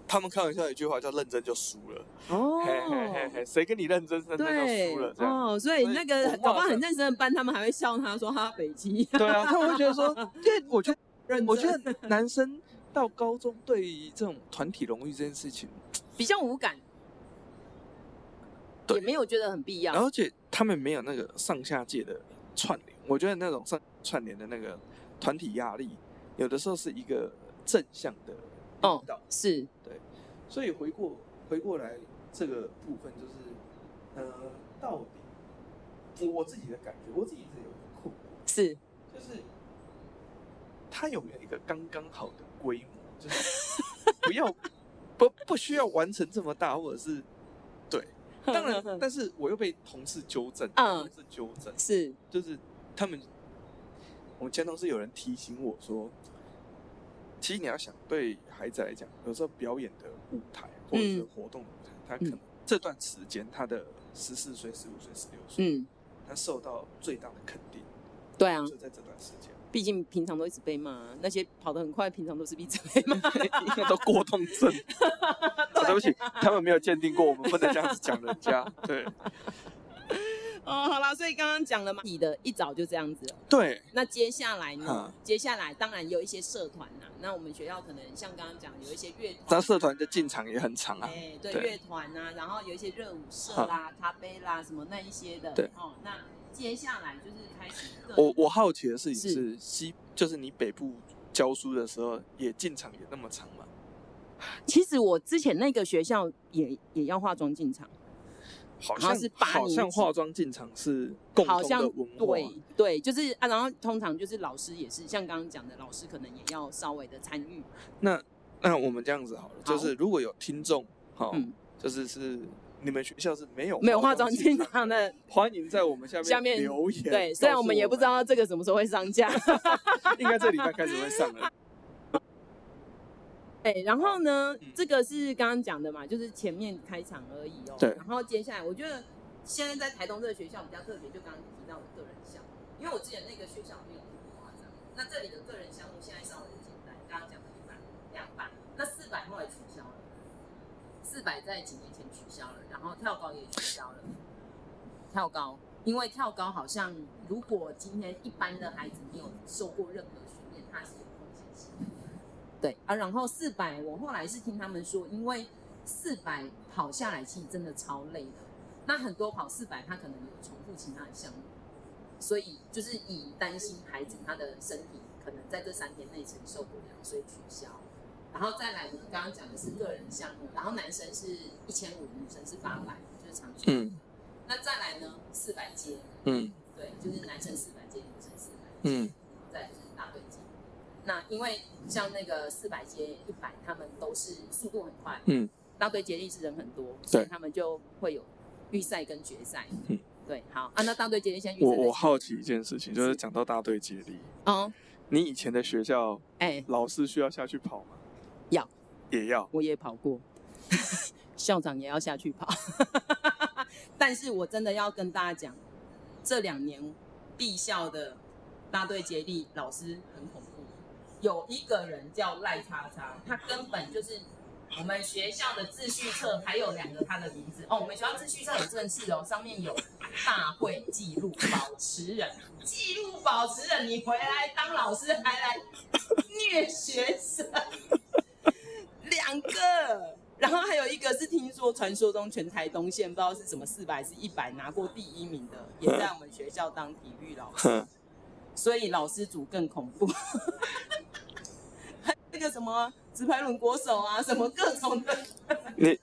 [SPEAKER 2] 他们开玩笑有一句话叫“认真就输了”，
[SPEAKER 1] 哦，
[SPEAKER 2] 嘿嘿嘿嘿，谁跟你认真，认真就
[SPEAKER 1] 对
[SPEAKER 2] 输了，这样。
[SPEAKER 1] 哦，所以
[SPEAKER 2] 所以
[SPEAKER 1] 那个
[SPEAKER 2] 文化
[SPEAKER 1] 搞不好
[SPEAKER 2] 上
[SPEAKER 1] 很认真的班，他们还会笑他说他北极。
[SPEAKER 2] 对啊，他们会觉得说，因为我觉得，
[SPEAKER 1] 认
[SPEAKER 2] 我觉
[SPEAKER 1] 真
[SPEAKER 2] 得男生到高中对于这种团体荣誉这件事情，
[SPEAKER 1] 比较无感，
[SPEAKER 2] 对
[SPEAKER 1] 也没有觉得很必要。
[SPEAKER 2] 而且他们没有那个上下界的串联，我觉得那种上串联的那个团体压力，有的时候是一个正向的
[SPEAKER 1] 哦
[SPEAKER 2] 引导。
[SPEAKER 1] 是，
[SPEAKER 2] 所以回过回过来这个部分，就是呃，到底我我自己的感觉，我自己一直有个困惑，
[SPEAKER 1] 是，，
[SPEAKER 2] 就是它有没有一个刚刚好的规模，就是不要不不需要完成这么大，或者是 当然但是我又被同事纠正，
[SPEAKER 1] 嗯
[SPEAKER 2] 同事纠正，
[SPEAKER 1] 是
[SPEAKER 2] 就是他们，我们前同事有人提醒我说，其实你要想，对孩子来讲，有时候表演的舞台或者是
[SPEAKER 1] 嗯
[SPEAKER 2] 活动的舞台，他可能
[SPEAKER 1] 嗯
[SPEAKER 2] 这段时间他的十四岁、十五岁、十六岁，
[SPEAKER 1] 嗯，
[SPEAKER 2] 他受到最大的肯定，
[SPEAKER 1] 对啊，
[SPEAKER 2] 就在这段时间，
[SPEAKER 1] 毕竟平常都一直被骂，那些跑得很快，平常都是一直被 骂。
[SPEAKER 2] 应该都过动症。啊对不起，他们没有鉴定过，我们不能这样子讲人 家。对
[SPEAKER 1] 哦，好啦，所以刚刚讲了嘛，你的一早就这样子了。
[SPEAKER 2] 对，
[SPEAKER 1] 那接下来呢
[SPEAKER 2] 嗯？
[SPEAKER 1] 接下来当然有一些社团呐、那我们学校可能像刚刚讲有一些乐团，
[SPEAKER 2] 咱社团的进场也很长啊。
[SPEAKER 1] 哎，对
[SPEAKER 2] 对嗯
[SPEAKER 1] 乐团呐，然后有一些热舞社啦、咖啡啦什么那一些的，
[SPEAKER 2] 对
[SPEAKER 1] 哦，那接下来就是开始各
[SPEAKER 2] 我我好奇的事情
[SPEAKER 1] 是
[SPEAKER 2] 是，西就是你北部教书的时候，也进场也那么长吗？
[SPEAKER 1] 其实我之前那个学校也也要化妆进场，
[SPEAKER 2] 好
[SPEAKER 1] 好
[SPEAKER 2] 像
[SPEAKER 1] 像是八
[SPEAKER 2] 好
[SPEAKER 1] 年
[SPEAKER 2] 像
[SPEAKER 1] 级
[SPEAKER 2] 化妆进场是共
[SPEAKER 1] 好
[SPEAKER 2] 同
[SPEAKER 1] 像
[SPEAKER 2] 的文化，
[SPEAKER 1] 对对，就是啊，然后通常就是老师也是像刚刚讲的，老师可能也要稍微的参与，
[SPEAKER 2] 那那我们这样子好了，就
[SPEAKER 1] 好
[SPEAKER 2] 是如果有听众，好，
[SPEAKER 1] 嗯
[SPEAKER 2] 就是是你们学校是没有
[SPEAKER 1] 没有化妆
[SPEAKER 2] 妆
[SPEAKER 1] 进
[SPEAKER 2] 场，
[SPEAKER 1] 场的，
[SPEAKER 2] 欢迎在我们下面
[SPEAKER 1] 下面
[SPEAKER 2] 留言。
[SPEAKER 1] 对，虽然
[SPEAKER 2] 告
[SPEAKER 1] 我
[SPEAKER 2] 诉
[SPEAKER 1] 们也不知，道这个什么时候会上架，
[SPEAKER 2] 应该这礼拜开始会上了。
[SPEAKER 1] 哎，然后呢
[SPEAKER 2] 嗯，
[SPEAKER 1] 这个是刚刚讲的嘛，就是前面开场而已哦。
[SPEAKER 2] 对
[SPEAKER 1] 然后接下来，我觉得现在在台东这个学校比较特别，就刚刚提到的个人项目，因为我之前那个学校没有那么夸张。那这里的个人项目现在稍微简单，刚刚讲的一百、两百，那四百后来取消了，四百在几年前取消了，然后跳高也取消了，跳高。因为跳高好像，如果今天一般的孩子没有受过任何训练，他是有风险性的。对啊，然后四百，我后来是听他们说，因为四百跑下来其实真的超累的。那很多跑四百，他可能有重复其他的项目，所以就是以担心孩子他的身体可能在这三天内承受不了，所以取消。然后再来，我们刚刚讲的是个人项目，然后男生是一千五，女生是八百，就是长距离。
[SPEAKER 2] 嗯
[SPEAKER 1] 那再来呢，四百阶，
[SPEAKER 2] 嗯
[SPEAKER 1] 对，就是男生四百阶，女生四百。
[SPEAKER 2] 嗯
[SPEAKER 1] 再就是大队接。那因为像那个四百接一百，他们都是速度很快，
[SPEAKER 2] 嗯，
[SPEAKER 1] 大队接力是人很多，所以他们就会有预赛跟决赛。
[SPEAKER 2] 嗯，
[SPEAKER 1] 对，好啊，那大队接力先预赛
[SPEAKER 2] 我
[SPEAKER 1] 再
[SPEAKER 2] 我
[SPEAKER 1] 说。
[SPEAKER 2] 好奇一件事情，就是
[SPEAKER 1] 是
[SPEAKER 2] 讲到大队接力，
[SPEAKER 1] 哦，
[SPEAKER 2] 你以前的学校
[SPEAKER 1] 哎、
[SPEAKER 2] 老师需要下去跑吗？
[SPEAKER 1] 要，
[SPEAKER 2] 也要。
[SPEAKER 1] 我也跑过， 校长也要下去跑。 但是我真的要跟大家讲，这两年毕校的大队接力老师很恐怖，有一个人叫赖叉叉，他根本就是我们学校的秩序册还有两个他的名字哦。我们学校秩序册很正式哦，上面有大会记录保持人，记录保持人，你回来当老师还来虐学生。两个，然后还有一个是听说传说中全台东县不知道是什么四百是一百拿过第一名的，也在我们学校当体育老师，
[SPEAKER 2] 哼，
[SPEAKER 1] 所以老师组更恐怖。 还有那个什么直排轮国手啊，什么各种的
[SPEAKER 2] 你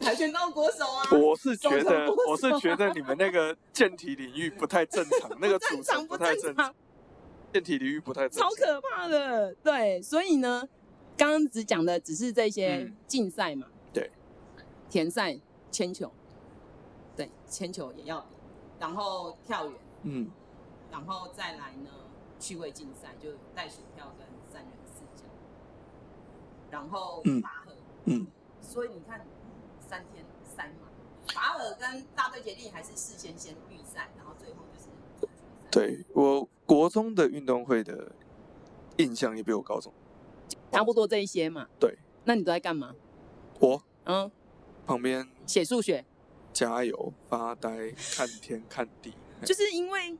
[SPEAKER 1] 跆拳道国手啊，
[SPEAKER 2] 我是觉
[SPEAKER 1] 总
[SPEAKER 2] 得
[SPEAKER 1] 统，不
[SPEAKER 2] 我是
[SPEAKER 1] 爽
[SPEAKER 2] 觉得你们那个健体领域不太正 常，那个组
[SPEAKER 1] 正
[SPEAKER 2] 成
[SPEAKER 1] 常
[SPEAKER 2] 不
[SPEAKER 1] 不啊
[SPEAKER 2] 太
[SPEAKER 1] 正
[SPEAKER 2] 正
[SPEAKER 1] 常
[SPEAKER 2] 常，？健体领域不太正
[SPEAKER 1] 超
[SPEAKER 2] 常。
[SPEAKER 1] 可怕的。对，所以呢，刚刚只讲的只是这些
[SPEAKER 2] 嗯
[SPEAKER 1] 竞赛嘛，
[SPEAKER 2] 对，
[SPEAKER 1] 田赛、铅球，对，铅球也要比，然后跳远，
[SPEAKER 2] 嗯，
[SPEAKER 1] 然后再来呢，趣味竞赛就袋鼠跳跟三人四脚，然后
[SPEAKER 2] 嗯
[SPEAKER 1] 拔河，
[SPEAKER 2] 嗯，
[SPEAKER 1] 所以你看三天三嘛，拔河跟大队接力还是事先先预赛，然后最后就是总决赛。
[SPEAKER 2] 对我国中的运动会的印象也比我高中。
[SPEAKER 1] 差不多这一些嘛。
[SPEAKER 2] 对，
[SPEAKER 1] 那你都在干嘛？
[SPEAKER 2] 我
[SPEAKER 1] 嗯，
[SPEAKER 2] 旁边
[SPEAKER 1] 写数学，
[SPEAKER 2] 加油发呆看天看地，
[SPEAKER 1] 就是因为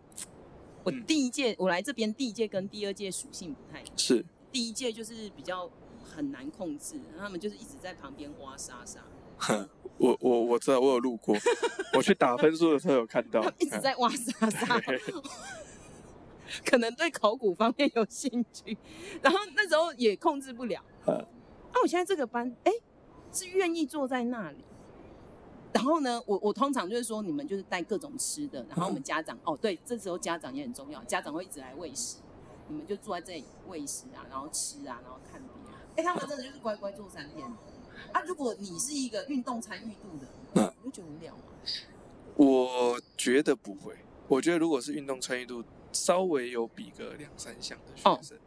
[SPEAKER 1] 我
[SPEAKER 2] 嗯
[SPEAKER 1] 第一届、我来这边第一届跟第二届属性不太一样，
[SPEAKER 2] 是
[SPEAKER 1] 第一届就是比较很难控制，他们就是一直在旁边挖沙沙，
[SPEAKER 2] 我我我知道，我有路 过，我去打分数的时候有看到，
[SPEAKER 1] 一直在哇沙沙， 可能对考古方面有兴趣，然后那时候也控制不了。
[SPEAKER 2] 嗯
[SPEAKER 1] 啊，我现在这个班，哎、是愿意坐在那里。然后呢，我我通常就是说，你们就是带各种吃的，然后我
[SPEAKER 2] 嗯
[SPEAKER 1] 们家长、哦，对，这时候家长也很重要，家长会一直来喂食，你们就坐在这里喂食啊，然后吃啊，然后看别啊。哎、他们真的就是乖乖坐三天啊。如果你是一个运动参与度的
[SPEAKER 2] 嗯，
[SPEAKER 1] 你就觉得无聊啊嘛。
[SPEAKER 2] 我觉得不会，我觉得如果是运动参与度稍微有比个两三项的
[SPEAKER 1] 哦
[SPEAKER 2] 学生，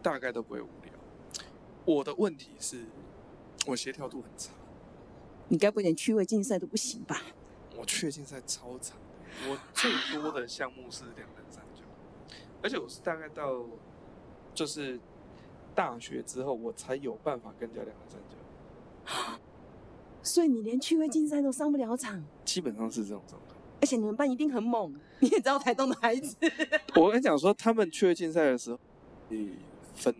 [SPEAKER 2] 大概都不会无聊。我的问题是，我协调度很差，
[SPEAKER 1] 你该不会连趣味竞赛都不行吧？
[SPEAKER 2] 我确定在超长，我最多 的项目是两人三角，而且我是大概到就是大学之后，我才有办法跟人家两人三角，
[SPEAKER 1] 所以你连趣味竞赛都上不了场，
[SPEAKER 2] 基本上是这种状况。
[SPEAKER 1] 而且你们班一定很猛。你也知道台东的孩子，
[SPEAKER 2] 我跟你讲说，他们去竞赛的时候，你分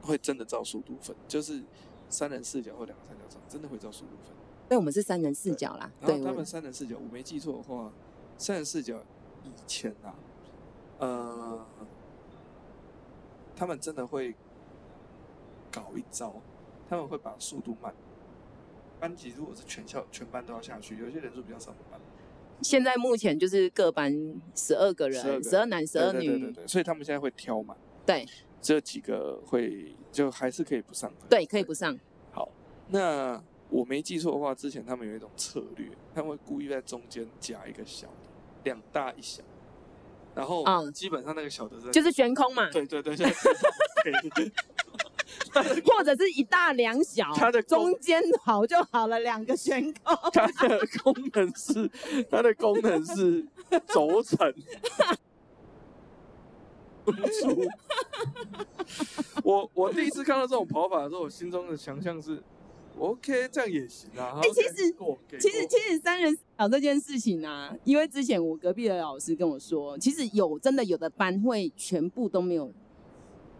[SPEAKER 2] 会真的照速度分，就是三人视角或两人三角场，真的会照速度分。
[SPEAKER 1] 对，我们是三人视角啦。
[SPEAKER 2] 然
[SPEAKER 1] 对，
[SPEAKER 2] 哦后他们
[SPEAKER 1] 我
[SPEAKER 2] 三人视角，我没记错的话，三人视角以前啊，呃，他们真的会搞一招，他们会把速度慢。班级如果是全校全班都要下去，有些人数比较少的班，
[SPEAKER 1] 现在目前就是各班十二个
[SPEAKER 2] 12
[SPEAKER 1] 人，
[SPEAKER 2] 个
[SPEAKER 1] 十二男十
[SPEAKER 2] 对
[SPEAKER 1] 二
[SPEAKER 2] 对对对
[SPEAKER 1] 女，
[SPEAKER 2] 对，所以他们现在会挑嘛。
[SPEAKER 1] 对
[SPEAKER 2] 这几个会就还是可以不上课。
[SPEAKER 1] 对，可以不上。
[SPEAKER 2] 好。那我没记错的话，之前他们有一种策略，他们会故意在中间夹一个小的，两大一小，然后
[SPEAKER 1] 嗯
[SPEAKER 2] 基本上那个小的是在
[SPEAKER 1] 就是悬空嘛，
[SPEAKER 2] 对对对对，对
[SPEAKER 1] 或者是一大两小，
[SPEAKER 2] 它的功
[SPEAKER 1] 中间好就好了，两个悬空。
[SPEAKER 2] 它的功能是它的功能是轴承。 出我我第一次看到这种跑法的时候，我心中的想象是，OK，这样也行啊。
[SPEAKER 1] 哎其实
[SPEAKER 2] 过给
[SPEAKER 1] 其实
[SPEAKER 2] 过
[SPEAKER 1] 其实三人小这件事情啊，因为之前我隔壁的老师跟我说，其实有真的有的班会全部都没有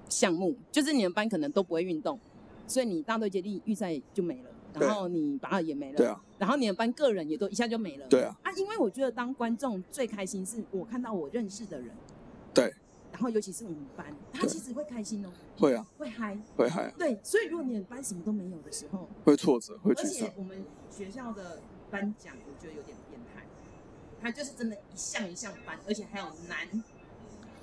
[SPEAKER 1] 项目，就是你们班可能都不会运动，所以你大队接力预赛就没了，
[SPEAKER 2] 对
[SPEAKER 1] 然后你拔二也没了，
[SPEAKER 2] 对啊，
[SPEAKER 1] 然后你们班个人也都一下就没了，
[SPEAKER 2] 对啊，
[SPEAKER 1] 啊，因为我觉得当观众最开心是我看到我认识的人，
[SPEAKER 2] 对，
[SPEAKER 1] 然后尤其是我们班，他
[SPEAKER 2] 对
[SPEAKER 1] 其实会开心哦，
[SPEAKER 2] 会啊，
[SPEAKER 1] 会嗨，
[SPEAKER 2] 会嗨啊，
[SPEAKER 1] 对，所以如果你们班什么都没有的时候，
[SPEAKER 2] 会挫折，会啊
[SPEAKER 1] 而
[SPEAKER 2] 沮丧
[SPEAKER 1] 且。我们学校的颁奖，我觉得有点变态，他就是真的一项一项颁，而且还有男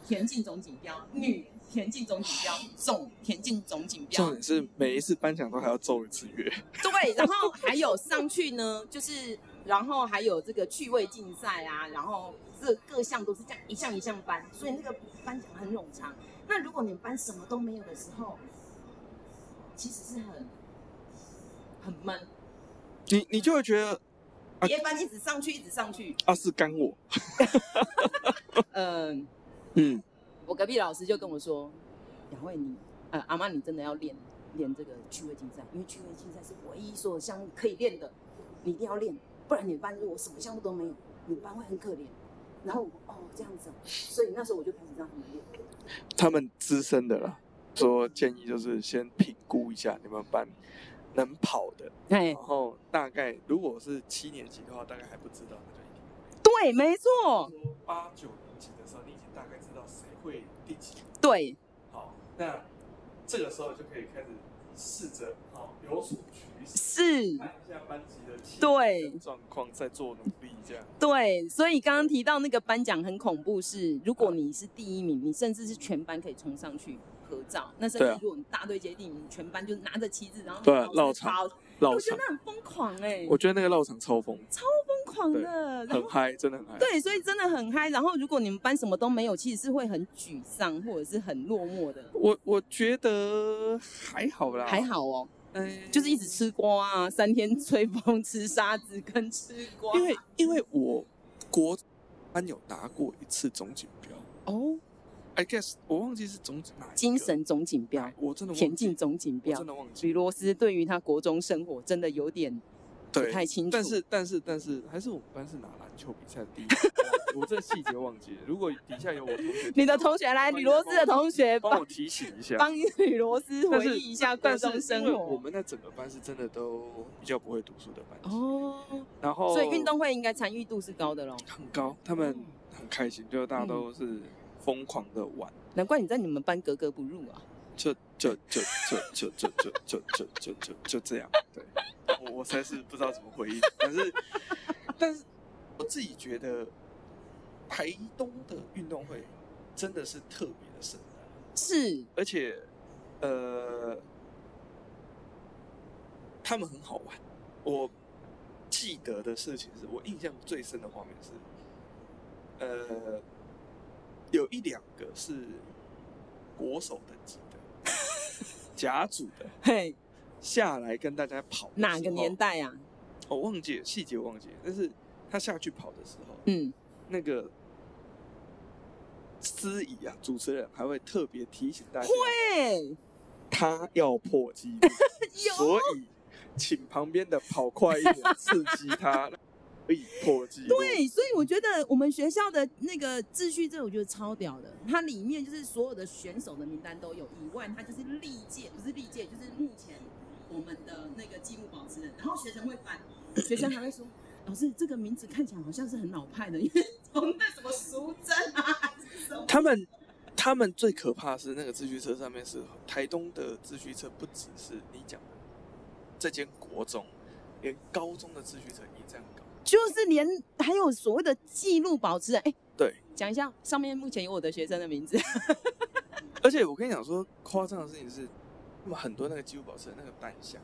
[SPEAKER 1] 田径总锦标、女田径总锦标、总田径总锦
[SPEAKER 2] 重
[SPEAKER 1] 标，
[SPEAKER 2] 点是每一次颁奖都还要奏一次乐，
[SPEAKER 1] 对，然后还有上去呢，就是然后还有这个趣味竞赛啊，然后这各项都是这样一项一项颁，所以那个颁奖很冗长。那如果你们班什么都没有的时候，其实是很很闷。
[SPEAKER 2] 你你就会觉得啊
[SPEAKER 1] 别班一直上去，一直上去。
[SPEAKER 2] 啊是干我，
[SPEAKER 1] 嗯，
[SPEAKER 2] 嗯，
[SPEAKER 1] 我隔壁老师就跟我说，杨慧你，呃，阿妈你真的要练练这个趣味竞赛，因为趣味竞赛是唯一所有项目可以练的，你一定要练，不然你们班如果什么项目都没有，你们班会很可怜。然后我哦这样子哦，所以那时候我就开始让他们练。
[SPEAKER 2] 他们资深的啦，说建议就是先评估一下你们班能跑的，
[SPEAKER 1] 哎
[SPEAKER 2] 然，后大概如果是七年级的话，大概还不知道，那就一定会
[SPEAKER 1] 对，没错，
[SPEAKER 2] 说八九年级的时候，你已经大概知道谁会第几名。
[SPEAKER 1] 对，
[SPEAKER 2] 好，那这个时候就可以开始试着好有所取舍。
[SPEAKER 1] 是
[SPEAKER 2] 看一下班级的气
[SPEAKER 1] 对
[SPEAKER 2] 状况，再做努力这样。
[SPEAKER 1] 对，所以刚刚提到那个颁奖很恐怖是，如果你是第一名，你甚至是全班可以冲上去合照，那甚
[SPEAKER 2] 对
[SPEAKER 1] 至
[SPEAKER 2] 啊
[SPEAKER 1] 如果你大队接力，你全班就是拿着旗子，然后
[SPEAKER 2] 对啊
[SPEAKER 1] 老
[SPEAKER 2] 绕
[SPEAKER 1] 师
[SPEAKER 2] 场
[SPEAKER 1] 包
[SPEAKER 2] 绕
[SPEAKER 1] 我觉得
[SPEAKER 2] 场，
[SPEAKER 1] 那很疯狂哎、
[SPEAKER 2] 我觉得那个绕场超疯，
[SPEAKER 1] 疯狂的，然
[SPEAKER 2] 很
[SPEAKER 1] 后
[SPEAKER 2] 嗨，真的很嗨。
[SPEAKER 1] 对，所以真的很嗨。然后如果你们班什么都没有，其实是会很沮丧或者是很落寞的。
[SPEAKER 2] 我我觉得还好啦，
[SPEAKER 1] 还，好哦，
[SPEAKER 2] 嗯，
[SPEAKER 1] 就是一直吃瓜啊，三天吹风、吃沙子跟吃瓜。
[SPEAKER 2] 因为因为我国班有拿过一次总锦标
[SPEAKER 1] 哦，
[SPEAKER 2] ，I guess 我忘记是总哪一个
[SPEAKER 1] 精，神总锦标、
[SPEAKER 2] 哎我真的忘记
[SPEAKER 1] 田径总锦
[SPEAKER 2] 我
[SPEAKER 1] 标
[SPEAKER 2] 真，的忘记
[SPEAKER 1] 吕罗斯对于他国中生活真的有点不
[SPEAKER 2] 对，
[SPEAKER 1] 太清楚。
[SPEAKER 2] 但是但是但是还是我们班是拿篮球比赛的第一名，我这细节忘记了。如果底下有我同学，
[SPEAKER 1] 你的同学来，
[SPEAKER 2] 欢
[SPEAKER 1] 李
[SPEAKER 2] 迎
[SPEAKER 1] 罗斯的同学
[SPEAKER 2] 帮
[SPEAKER 1] 帮
[SPEAKER 2] 我提醒一下。
[SPEAKER 1] 帮李罗斯
[SPEAKER 2] 但
[SPEAKER 1] 回
[SPEAKER 2] 是
[SPEAKER 1] 忆一下高
[SPEAKER 2] 但是
[SPEAKER 1] 中生
[SPEAKER 2] 因为我
[SPEAKER 1] 活。
[SPEAKER 2] 们那整个班是真的都比较不会读书的班级，
[SPEAKER 1] 哦，
[SPEAKER 2] 然后
[SPEAKER 1] 所以运动嗯会应该参与度是高的喽。
[SPEAKER 2] 很高，他们很开心，就是
[SPEAKER 1] 嗯
[SPEAKER 2] 大家都是疯狂的玩，
[SPEAKER 1] 难怪你在你们班格格不入啊！
[SPEAKER 2] 就就就就就就就就就就就就这样。对，我我实在是不知道怎么回应，但是但是我自己觉得台东的运动会真的是特别的盛大，
[SPEAKER 1] 是，
[SPEAKER 2] 而且呃，他们很好玩。我记得的事情是我印象最深的画面是，呃，有一两个是国手等级的甲组的
[SPEAKER 1] 嘿，
[SPEAKER 2] 下来跟大家跑的
[SPEAKER 1] 哪
[SPEAKER 2] 时
[SPEAKER 1] 个
[SPEAKER 2] 候哦
[SPEAKER 1] 年？代啊？
[SPEAKER 2] 我忘记了细节，忘记了。但是他下去跑的时候，
[SPEAKER 1] 嗯，
[SPEAKER 2] 那个司仪啊，主持人还会特别提醒大家，
[SPEAKER 1] 嘿，
[SPEAKER 2] 他要破纪录，
[SPEAKER 1] 有
[SPEAKER 2] 所以请旁边的跑快一点，刺激他，可以破纪录。
[SPEAKER 1] 对，所以我觉得我们学校的那个秩序，这我觉得超屌的。它里面就是所有的选手的名单都有，以外它就是历届不是历届，就是目前我们的那个纪录保持人。然后学生会翻，学生还会 说：“老师，这个名字看起来好像是很老派的，因 为从那什么淑珍啊，还是什么
[SPEAKER 2] 他们他们最可怕的是那个自驱车上面是台东的自驱车，不只是你讲的这间国中，连高中的自驱车也这样搞。
[SPEAKER 1] 就是连还有所谓的记录保持人。”哎，
[SPEAKER 2] 对，
[SPEAKER 1] 讲一下，上面目前有我的学生的名字。
[SPEAKER 2] 而且我跟你讲说，夸张的事情是，那么很多那个纪录保持人那个单项，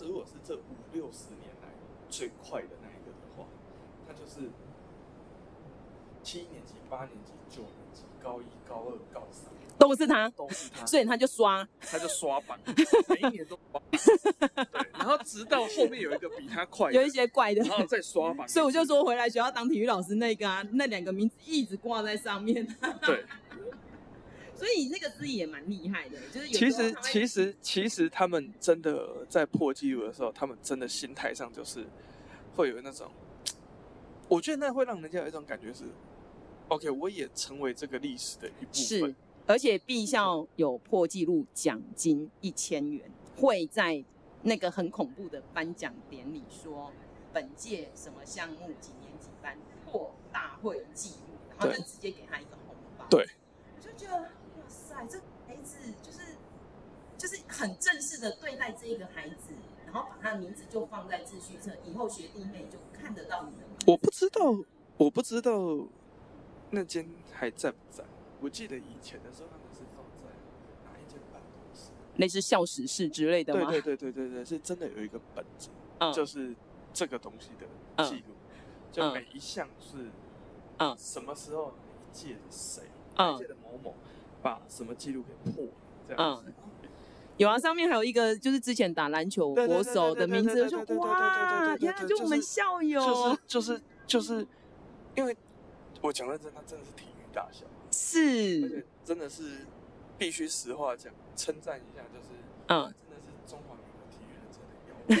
[SPEAKER 2] 如果是这五六十年来最快的那一个的话，他就是七年级、八年级、九年级、高一、高二、高三
[SPEAKER 1] 都是他，
[SPEAKER 2] 都是他，
[SPEAKER 1] 所以他就刷。
[SPEAKER 2] 他就刷榜，每一年都刷榜。对，然后直到后面有一个比他快的哦
[SPEAKER 1] 有一，些怪的，
[SPEAKER 2] 然后再刷榜，
[SPEAKER 1] 所以我就说回来学校当体育老师那个啊，那两个名字一直挂在上面、
[SPEAKER 2] 对。
[SPEAKER 1] 所以那个司仪也蛮厉害的，就是有
[SPEAKER 2] 其实，其
[SPEAKER 1] 实
[SPEAKER 2] 实，其实他们真的在破纪录的时候，他们真的心态上就是会有那种，我觉得那会让人家有一种感觉是，OK，我也成为这个历史的一部分
[SPEAKER 1] 是。，而且 B 校有破纪录奖金一千元，会在那个很恐怖的颁奖典礼说本届什么项目几年几班破大会纪录，然后
[SPEAKER 2] 对
[SPEAKER 1] 就直接给他一个红包。
[SPEAKER 2] 对，
[SPEAKER 1] 我就觉得哇塞，这孩子就是就是很正式的对待这一个孩子，然后把他的名字就放在秩序册，以后学弟妹就看得到你的名字。
[SPEAKER 2] 我不知道，我不知道那间还在不在。我记得以前的时候，他们是放在哪一间办公室？
[SPEAKER 1] 类似校史事之类的
[SPEAKER 2] 对
[SPEAKER 1] 吗？
[SPEAKER 2] 对对对对对，是真的有一个本子，
[SPEAKER 1] 嗯
[SPEAKER 2] 就是这个东西的记录，就每一项是，
[SPEAKER 1] 嗯
[SPEAKER 2] 什么时候哪一届的谁，哪一
[SPEAKER 1] 嗯
[SPEAKER 2] 届，的某某把什么记录给破了，这
[SPEAKER 1] 嗯
[SPEAKER 2] 样子。
[SPEAKER 1] 有啊，上面还有一个就是之前打篮球
[SPEAKER 2] 对对对
[SPEAKER 1] 国手的名字，
[SPEAKER 2] 对
[SPEAKER 1] 我
[SPEAKER 2] 对对
[SPEAKER 1] 就
[SPEAKER 2] 对对
[SPEAKER 1] 哇，
[SPEAKER 2] 对对对对对
[SPEAKER 1] 天啊，就我们校友，
[SPEAKER 2] 就是就是就是，因为我讲认真，他真的是体育大校，而且
[SPEAKER 1] 是，
[SPEAKER 2] 真的是必须实话讲，称赞一下，就是
[SPEAKER 1] 嗯，
[SPEAKER 2] 真的是中华民国体育人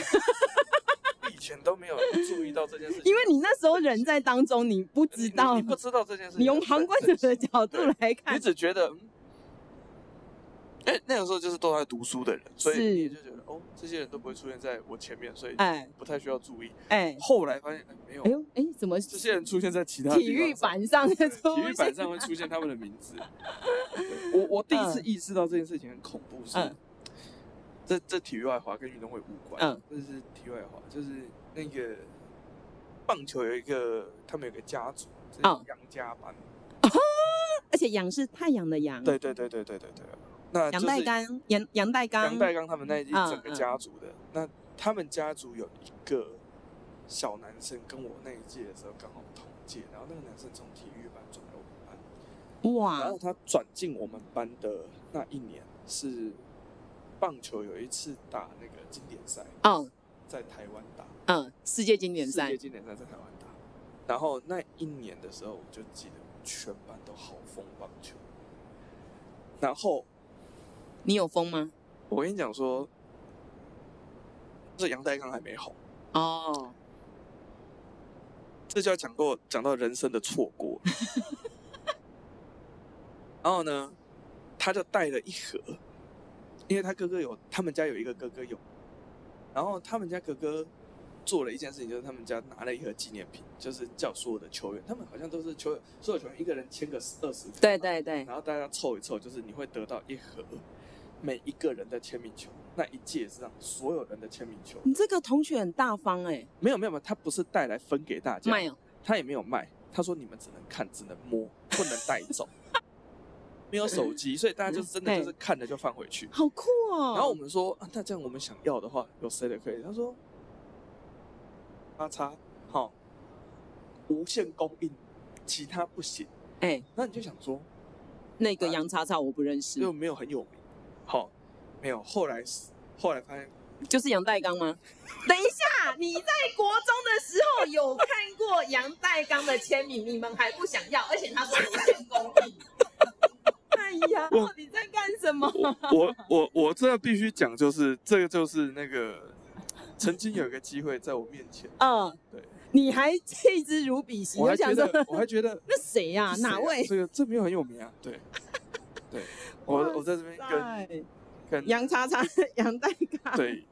[SPEAKER 2] 真的 要，我以前都没有注意到这件事情，
[SPEAKER 1] 因为你那时候人在当中，你不知道，
[SPEAKER 2] 你你不知道这件事情，
[SPEAKER 1] 你用旁观者的角度来
[SPEAKER 2] 你
[SPEAKER 1] 看，
[SPEAKER 2] 只觉得，嗯哎、那个时候就是都在读书的人，所以
[SPEAKER 1] 是
[SPEAKER 2] 你就觉得哦，这些人都不会出现在我前面，所以
[SPEAKER 1] 哎
[SPEAKER 2] 不太需要注意。
[SPEAKER 1] 哎，
[SPEAKER 2] 后来发现、哎没有
[SPEAKER 1] 哎，呦哎，怎么
[SPEAKER 2] 这
[SPEAKER 1] 体
[SPEAKER 2] 些人出现在其他地方
[SPEAKER 1] 育
[SPEAKER 2] 上
[SPEAKER 1] 版上的出
[SPEAKER 2] 体育
[SPEAKER 1] 现？
[SPEAKER 2] 版上会出现他们的 名字。对我我第一次
[SPEAKER 1] 嗯
[SPEAKER 2] 意识到这件事情很恐怖是，
[SPEAKER 1] 嗯
[SPEAKER 2] 这这体育外滑跟运动会无关，
[SPEAKER 1] 嗯，
[SPEAKER 2] 这是体育外滑，就是那个棒球有一个他们有个家族，就是
[SPEAKER 1] 哦
[SPEAKER 2] 杨家班，
[SPEAKER 1] 而且羊是太阳的羊，
[SPEAKER 2] 对对对对对对对，那就
[SPEAKER 1] 杨代
[SPEAKER 2] 是
[SPEAKER 1] 刚，杨杨代刚，
[SPEAKER 2] 杨代刚他们那一
[SPEAKER 1] 嗯
[SPEAKER 2] 整个家族的，那他们家族有一个小男生跟我那一届的时候刚好同届，然后那个男生从体育班转来我们班。然
[SPEAKER 1] 哇
[SPEAKER 2] 后，他转进我们班的那一年是棒球，有一次打那个经典赛，
[SPEAKER 1] 哦，
[SPEAKER 2] 在台湾打
[SPEAKER 1] 嗯，世界经典
[SPEAKER 2] 世
[SPEAKER 1] 赛
[SPEAKER 2] 界，经典赛在台湾打。然后那一年的时候，我就记得全班都好疯棒球。然后
[SPEAKER 1] 你有疯吗？
[SPEAKER 2] 我跟你讲说，这杨代刚还没红，
[SPEAKER 1] 哦，
[SPEAKER 2] 这就要讲过讲到人生的错过。然后呢，他就带了一盒，因为他哥哥有，他们家有一个哥哥有，然后他们家哥哥做了一件事情，就是他们家拿了一盒纪念品，就是叫所有的球员，他们好像都是球员，所有球员一个人签个二十，
[SPEAKER 1] 对，对对，
[SPEAKER 2] 然后大家凑一凑，就是你会得到一盒每一个人的签名球，那一届是让所有人的签名球，
[SPEAKER 1] 你这个同学很大方哎、
[SPEAKER 2] 没有没有没有，他不是带来分给大家，
[SPEAKER 1] 卖哦，
[SPEAKER 2] 他也没有卖，他说你们只能看，只能摸，不能带走，没有手机，所以大家就是真的
[SPEAKER 1] 对
[SPEAKER 2] 就是看了就放回去。
[SPEAKER 1] 好酷哦。
[SPEAKER 2] 然后我们说，啊、那这样我们想要的话，有谁的可以？他说，八叉，好、无限供应，其他不行。
[SPEAKER 1] 哎、
[SPEAKER 2] 那你就想说，
[SPEAKER 1] 那个杨叉叉我不认识，
[SPEAKER 2] 又没有很有名，好、没有。后来是后来发现，
[SPEAKER 1] 就是杨代刚 吗？等一下，你在国中的时候有看过杨代刚的签名，你们还不想要，而且他说无限供应。 哎呀，
[SPEAKER 2] 我
[SPEAKER 1] 到底在干什么？
[SPEAKER 2] 我我我我真的必须讲，就是这个就是那个曾经有一个机会在我面前。
[SPEAKER 1] 嗯，
[SPEAKER 2] 对，
[SPEAKER 1] 你还弃之如敝屣，
[SPEAKER 2] 我
[SPEAKER 1] 我
[SPEAKER 2] 还
[SPEAKER 1] 想
[SPEAKER 2] 觉
[SPEAKER 1] 说
[SPEAKER 2] 得，我还觉得
[SPEAKER 1] 那谁呀、
[SPEAKER 2] 是谁啊
[SPEAKER 1] 哪位？
[SPEAKER 2] 这个这没有很有名啊， 对，对，我
[SPEAKER 1] 哇塞
[SPEAKER 2] 我在这边跟跟
[SPEAKER 1] 哎杨叉 叉，杨代刚。，
[SPEAKER 2] 对，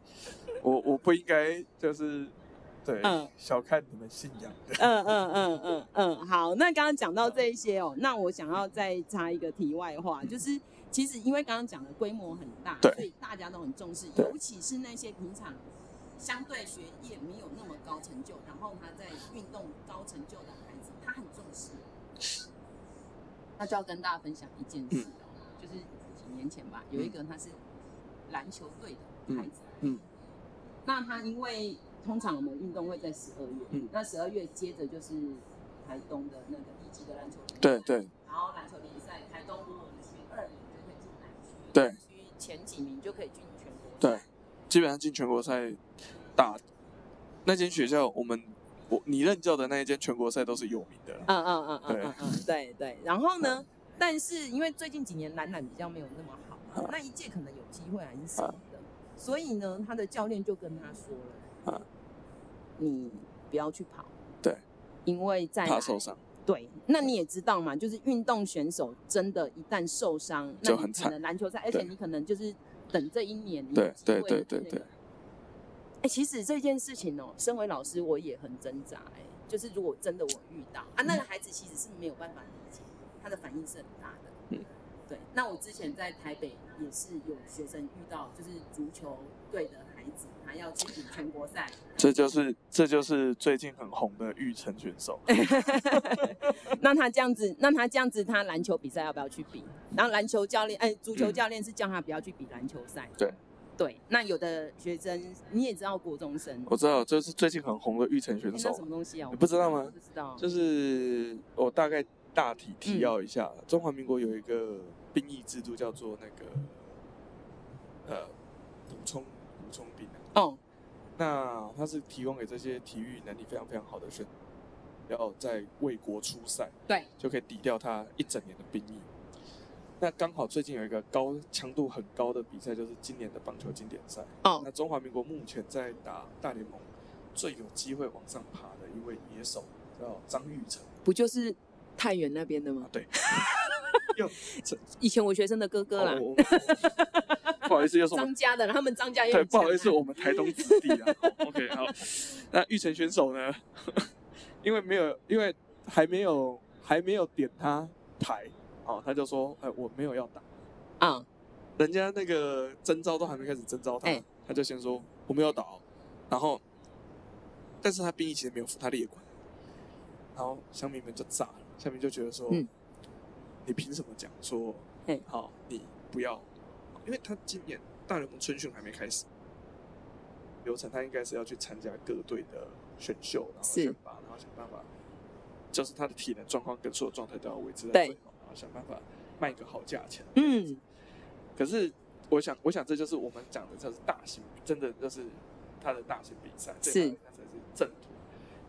[SPEAKER 2] 我我不应该就是对、
[SPEAKER 1] 嗯
[SPEAKER 2] 小看你们信仰的，
[SPEAKER 1] 嗯嗯嗯嗯嗯，好，那刚刚讲到这一些哦，那我想要再插一个题外话，就是其实因为刚刚讲的规模很大，
[SPEAKER 2] 对
[SPEAKER 1] 所以大家都很重视，
[SPEAKER 2] 对
[SPEAKER 1] 尤其是那些平常相对学业没有那么高成就，然后他在运动高成就的孩子，他很重视。那就要跟大家分享一件事哦，就是几年前吧，有一个他是篮球队的孩子，
[SPEAKER 2] 嗯嗯
[SPEAKER 1] 那他因为通常我们运动会在十二月，
[SPEAKER 2] 嗯
[SPEAKER 1] 那十二月接着就是台东的那个一级的篮球联赛，
[SPEAKER 2] 对对
[SPEAKER 1] 然后篮球联赛台东如果你是二名就可以进南区，
[SPEAKER 2] 对
[SPEAKER 1] 南区前几名就可以进全国赛，
[SPEAKER 2] 对，基本上进全国赛打那间学校，我们我你任教的那一间全国赛都是有名的啦，
[SPEAKER 1] 嗯嗯嗯嗯嗯嗯，对对。然后呢，但是因为最近几年懒懒比较没有那么好嘛
[SPEAKER 2] 啊，
[SPEAKER 1] 那一届可能有机会还是什么的，所以呢，他的教练就跟他说了，
[SPEAKER 2] 啊
[SPEAKER 1] 你不要去跑，
[SPEAKER 2] 对，
[SPEAKER 1] 因为在
[SPEAKER 2] 怕受伤，
[SPEAKER 1] 对，那你也知道嘛，就是运动选手真的，一旦受伤，那
[SPEAKER 2] 就
[SPEAKER 1] 你
[SPEAKER 2] 很
[SPEAKER 1] 可
[SPEAKER 2] 惨
[SPEAKER 1] 能篮球赛，而且
[SPEAKER 2] 对
[SPEAKER 1] 你可能就是等这一年，你有
[SPEAKER 2] 对
[SPEAKER 1] 机
[SPEAKER 2] 对
[SPEAKER 1] 会
[SPEAKER 2] 对
[SPEAKER 1] 的
[SPEAKER 2] 对
[SPEAKER 1] 那
[SPEAKER 2] 对
[SPEAKER 1] 个。哎、其实这件事情哦，身为老师我也很挣扎哎、就是如果真的我遇到啊，那个孩子其实是没有办法理解，他的反应是很大的。
[SPEAKER 2] 嗯
[SPEAKER 1] 对。那我之前在台北也是有学生遇到，就是足球队的孩子，他要去比全国赛，
[SPEAKER 2] 这就是这就是最近很红的玉成选手，
[SPEAKER 1] 那他这样子，那他这样子，他篮球比赛要不要去比？然后篮球教练，哎，足球教练是叫他不要去比篮球赛。
[SPEAKER 2] 对
[SPEAKER 1] 对，那有的学生你也知道，国中生，
[SPEAKER 2] 我知道，就是最近很红的玉成
[SPEAKER 1] 哎
[SPEAKER 2] 选
[SPEAKER 1] 那
[SPEAKER 2] 手
[SPEAKER 1] 什么东西啊？我
[SPEAKER 2] 你不知道吗
[SPEAKER 1] 我不知道。
[SPEAKER 2] 就是我大概大体提要一下，中华民国有一个兵役制度叫做那个呃补充补充兵啊，
[SPEAKER 1] 哦，
[SPEAKER 2] 那它是提供给这些体育能力非常非常好的选手，要在为国出赛，
[SPEAKER 1] 对，
[SPEAKER 2] 就可以抵掉他一整年的兵役。那刚好最近有一个高强度很高的比赛，就是今年的棒球经典赛。
[SPEAKER 1] 哦
[SPEAKER 2] 那中华民国目前在打大联盟最有机会往上爬的一位野手叫张玉成。
[SPEAKER 1] 不就是太原那边的
[SPEAKER 2] 啊
[SPEAKER 1] 吗？，
[SPEAKER 2] 对，又这
[SPEAKER 1] 以前我学生的哥哥啦，
[SPEAKER 2] 哦我我不好意思，又是我
[SPEAKER 1] 张
[SPEAKER 2] 们
[SPEAKER 1] 家的，他们张家也
[SPEAKER 2] 对，
[SPEAKER 1] 很
[SPEAKER 2] 不
[SPEAKER 1] 强啊
[SPEAKER 2] 好意思，我们台东子弟啊。好 OK，好，那玉成选手呢？ 因为没有，因为还没有还没有点他台，哦，他就说，哎，我没有要打，
[SPEAKER 1] 啊，
[SPEAKER 2] 人家那个征招都还没开始征招他，
[SPEAKER 1] 哎
[SPEAKER 2] 他就先说我没有打哦，然后，但是他兵役其实没有服，他列管，然后乡民们就炸了，乡民就觉得说，
[SPEAKER 1] 嗯哎
[SPEAKER 2] 你凭什么讲说
[SPEAKER 1] 嘿，
[SPEAKER 2] 好，你不要，因为他今年大联盟春训还没开始，流程他应该是要去参加各队的选秀，然后
[SPEAKER 1] 是
[SPEAKER 2] 选拔，然后想办法，就是他的体能状况跟所有状态都要维持在
[SPEAKER 1] 对
[SPEAKER 2] 最好，然后想办法卖个好价钱，
[SPEAKER 1] 嗯，
[SPEAKER 2] 可是我想，我想这就是我们讲的，就是大型，真的就是他的大型比赛，
[SPEAKER 1] 是
[SPEAKER 2] 这场比赛才是正途。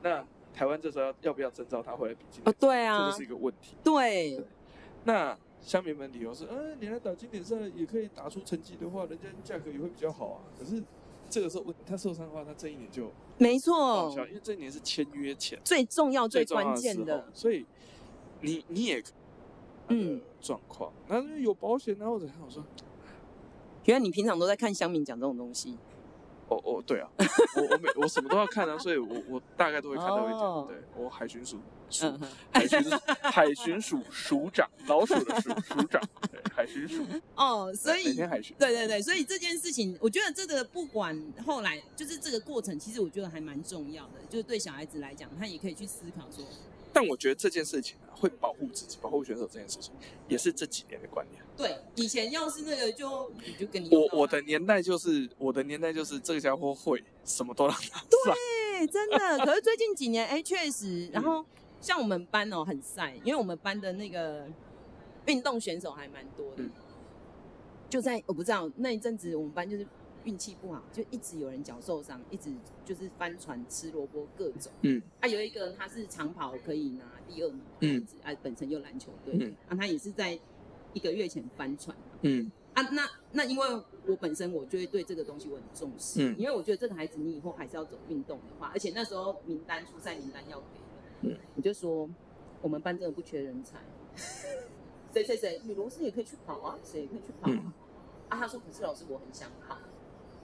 [SPEAKER 2] 那台湾这时候要要不要征召他回来比经
[SPEAKER 1] 哦
[SPEAKER 2] 典，赛？
[SPEAKER 1] 对
[SPEAKER 2] 这
[SPEAKER 1] 啊
[SPEAKER 2] 就，是一个问题。
[SPEAKER 1] 对，
[SPEAKER 2] 那乡民呃们理由是，嗯、你来打经典赛也可以打出成绩的话，人家价格也会比较好啊。可是这个时候问他受伤的话，他这一年就
[SPEAKER 1] 没
[SPEAKER 2] 报
[SPEAKER 1] 错，
[SPEAKER 2] 销，因为这一年是签约前
[SPEAKER 1] 最重要、最
[SPEAKER 2] 重要
[SPEAKER 1] 关键
[SPEAKER 2] 时候
[SPEAKER 1] 的，
[SPEAKER 2] 所以你你也
[SPEAKER 1] 嗯
[SPEAKER 2] 嗯状况，那因为有保险啊，或者他我说
[SPEAKER 1] 原来你平常都在看乡民讲这种东西，
[SPEAKER 2] 哦哦对啊，我我每我什么都要看啊，所以我我大概都会看到一点，
[SPEAKER 1] 哦
[SPEAKER 2] 对我海巡署署
[SPEAKER 1] 嗯哼，
[SPEAKER 2] 海巡署海巡署署长，老鼠的署署长，对海巡署，
[SPEAKER 1] 哦， 所
[SPEAKER 2] 每
[SPEAKER 1] 以
[SPEAKER 2] 天海巡，
[SPEAKER 1] 对对对，所以这件事情，我觉得这个不管后来就是这个过程，其实我觉得还蛮重要的，就是对小孩子来讲，他也可以去思考说，
[SPEAKER 2] 但我觉得这件事情啊，会保护自己、保护选手这件事情，也是这几年的观念。
[SPEAKER 1] 对，以前要是那个就你就跟你啊用到
[SPEAKER 2] 我我
[SPEAKER 1] 他
[SPEAKER 2] 的年代就是我的年代就是这个家伙会什么都让他上，
[SPEAKER 1] 对，真 的。可是最近几年，哎、确
[SPEAKER 2] 嗯
[SPEAKER 1] 实，然后像我们班哦、很晒，因为我们班的那个运动选手还蛮多的。
[SPEAKER 2] 嗯
[SPEAKER 1] 就在我不知道那一阵子，我们班就是运气不好，就一直有人脚受伤，一直就是翻船、吃萝卜各种。
[SPEAKER 2] 嗯，
[SPEAKER 1] 啊，有一个人他是长跑可以拿第二名，
[SPEAKER 2] 嗯
[SPEAKER 1] 嗯，啊，本身又篮球队，
[SPEAKER 2] 嗯
[SPEAKER 1] 啊，他也是在一个月前翻船。
[SPEAKER 2] 嗯
[SPEAKER 1] 啊，那那因为我本身我就会对这个东西我很重视，
[SPEAKER 2] 嗯
[SPEAKER 1] 因为我觉得这个孩子你以后还是要走运动的话，而且那时候名单初赛名单要给了，
[SPEAKER 2] 嗯
[SPEAKER 1] 我就说我们班真的不缺人才，谁谁谁，女螺丝也可以去跑啊，谁也可以去跑啊，
[SPEAKER 2] 嗯
[SPEAKER 1] 啊，他说可是老师我很想跑，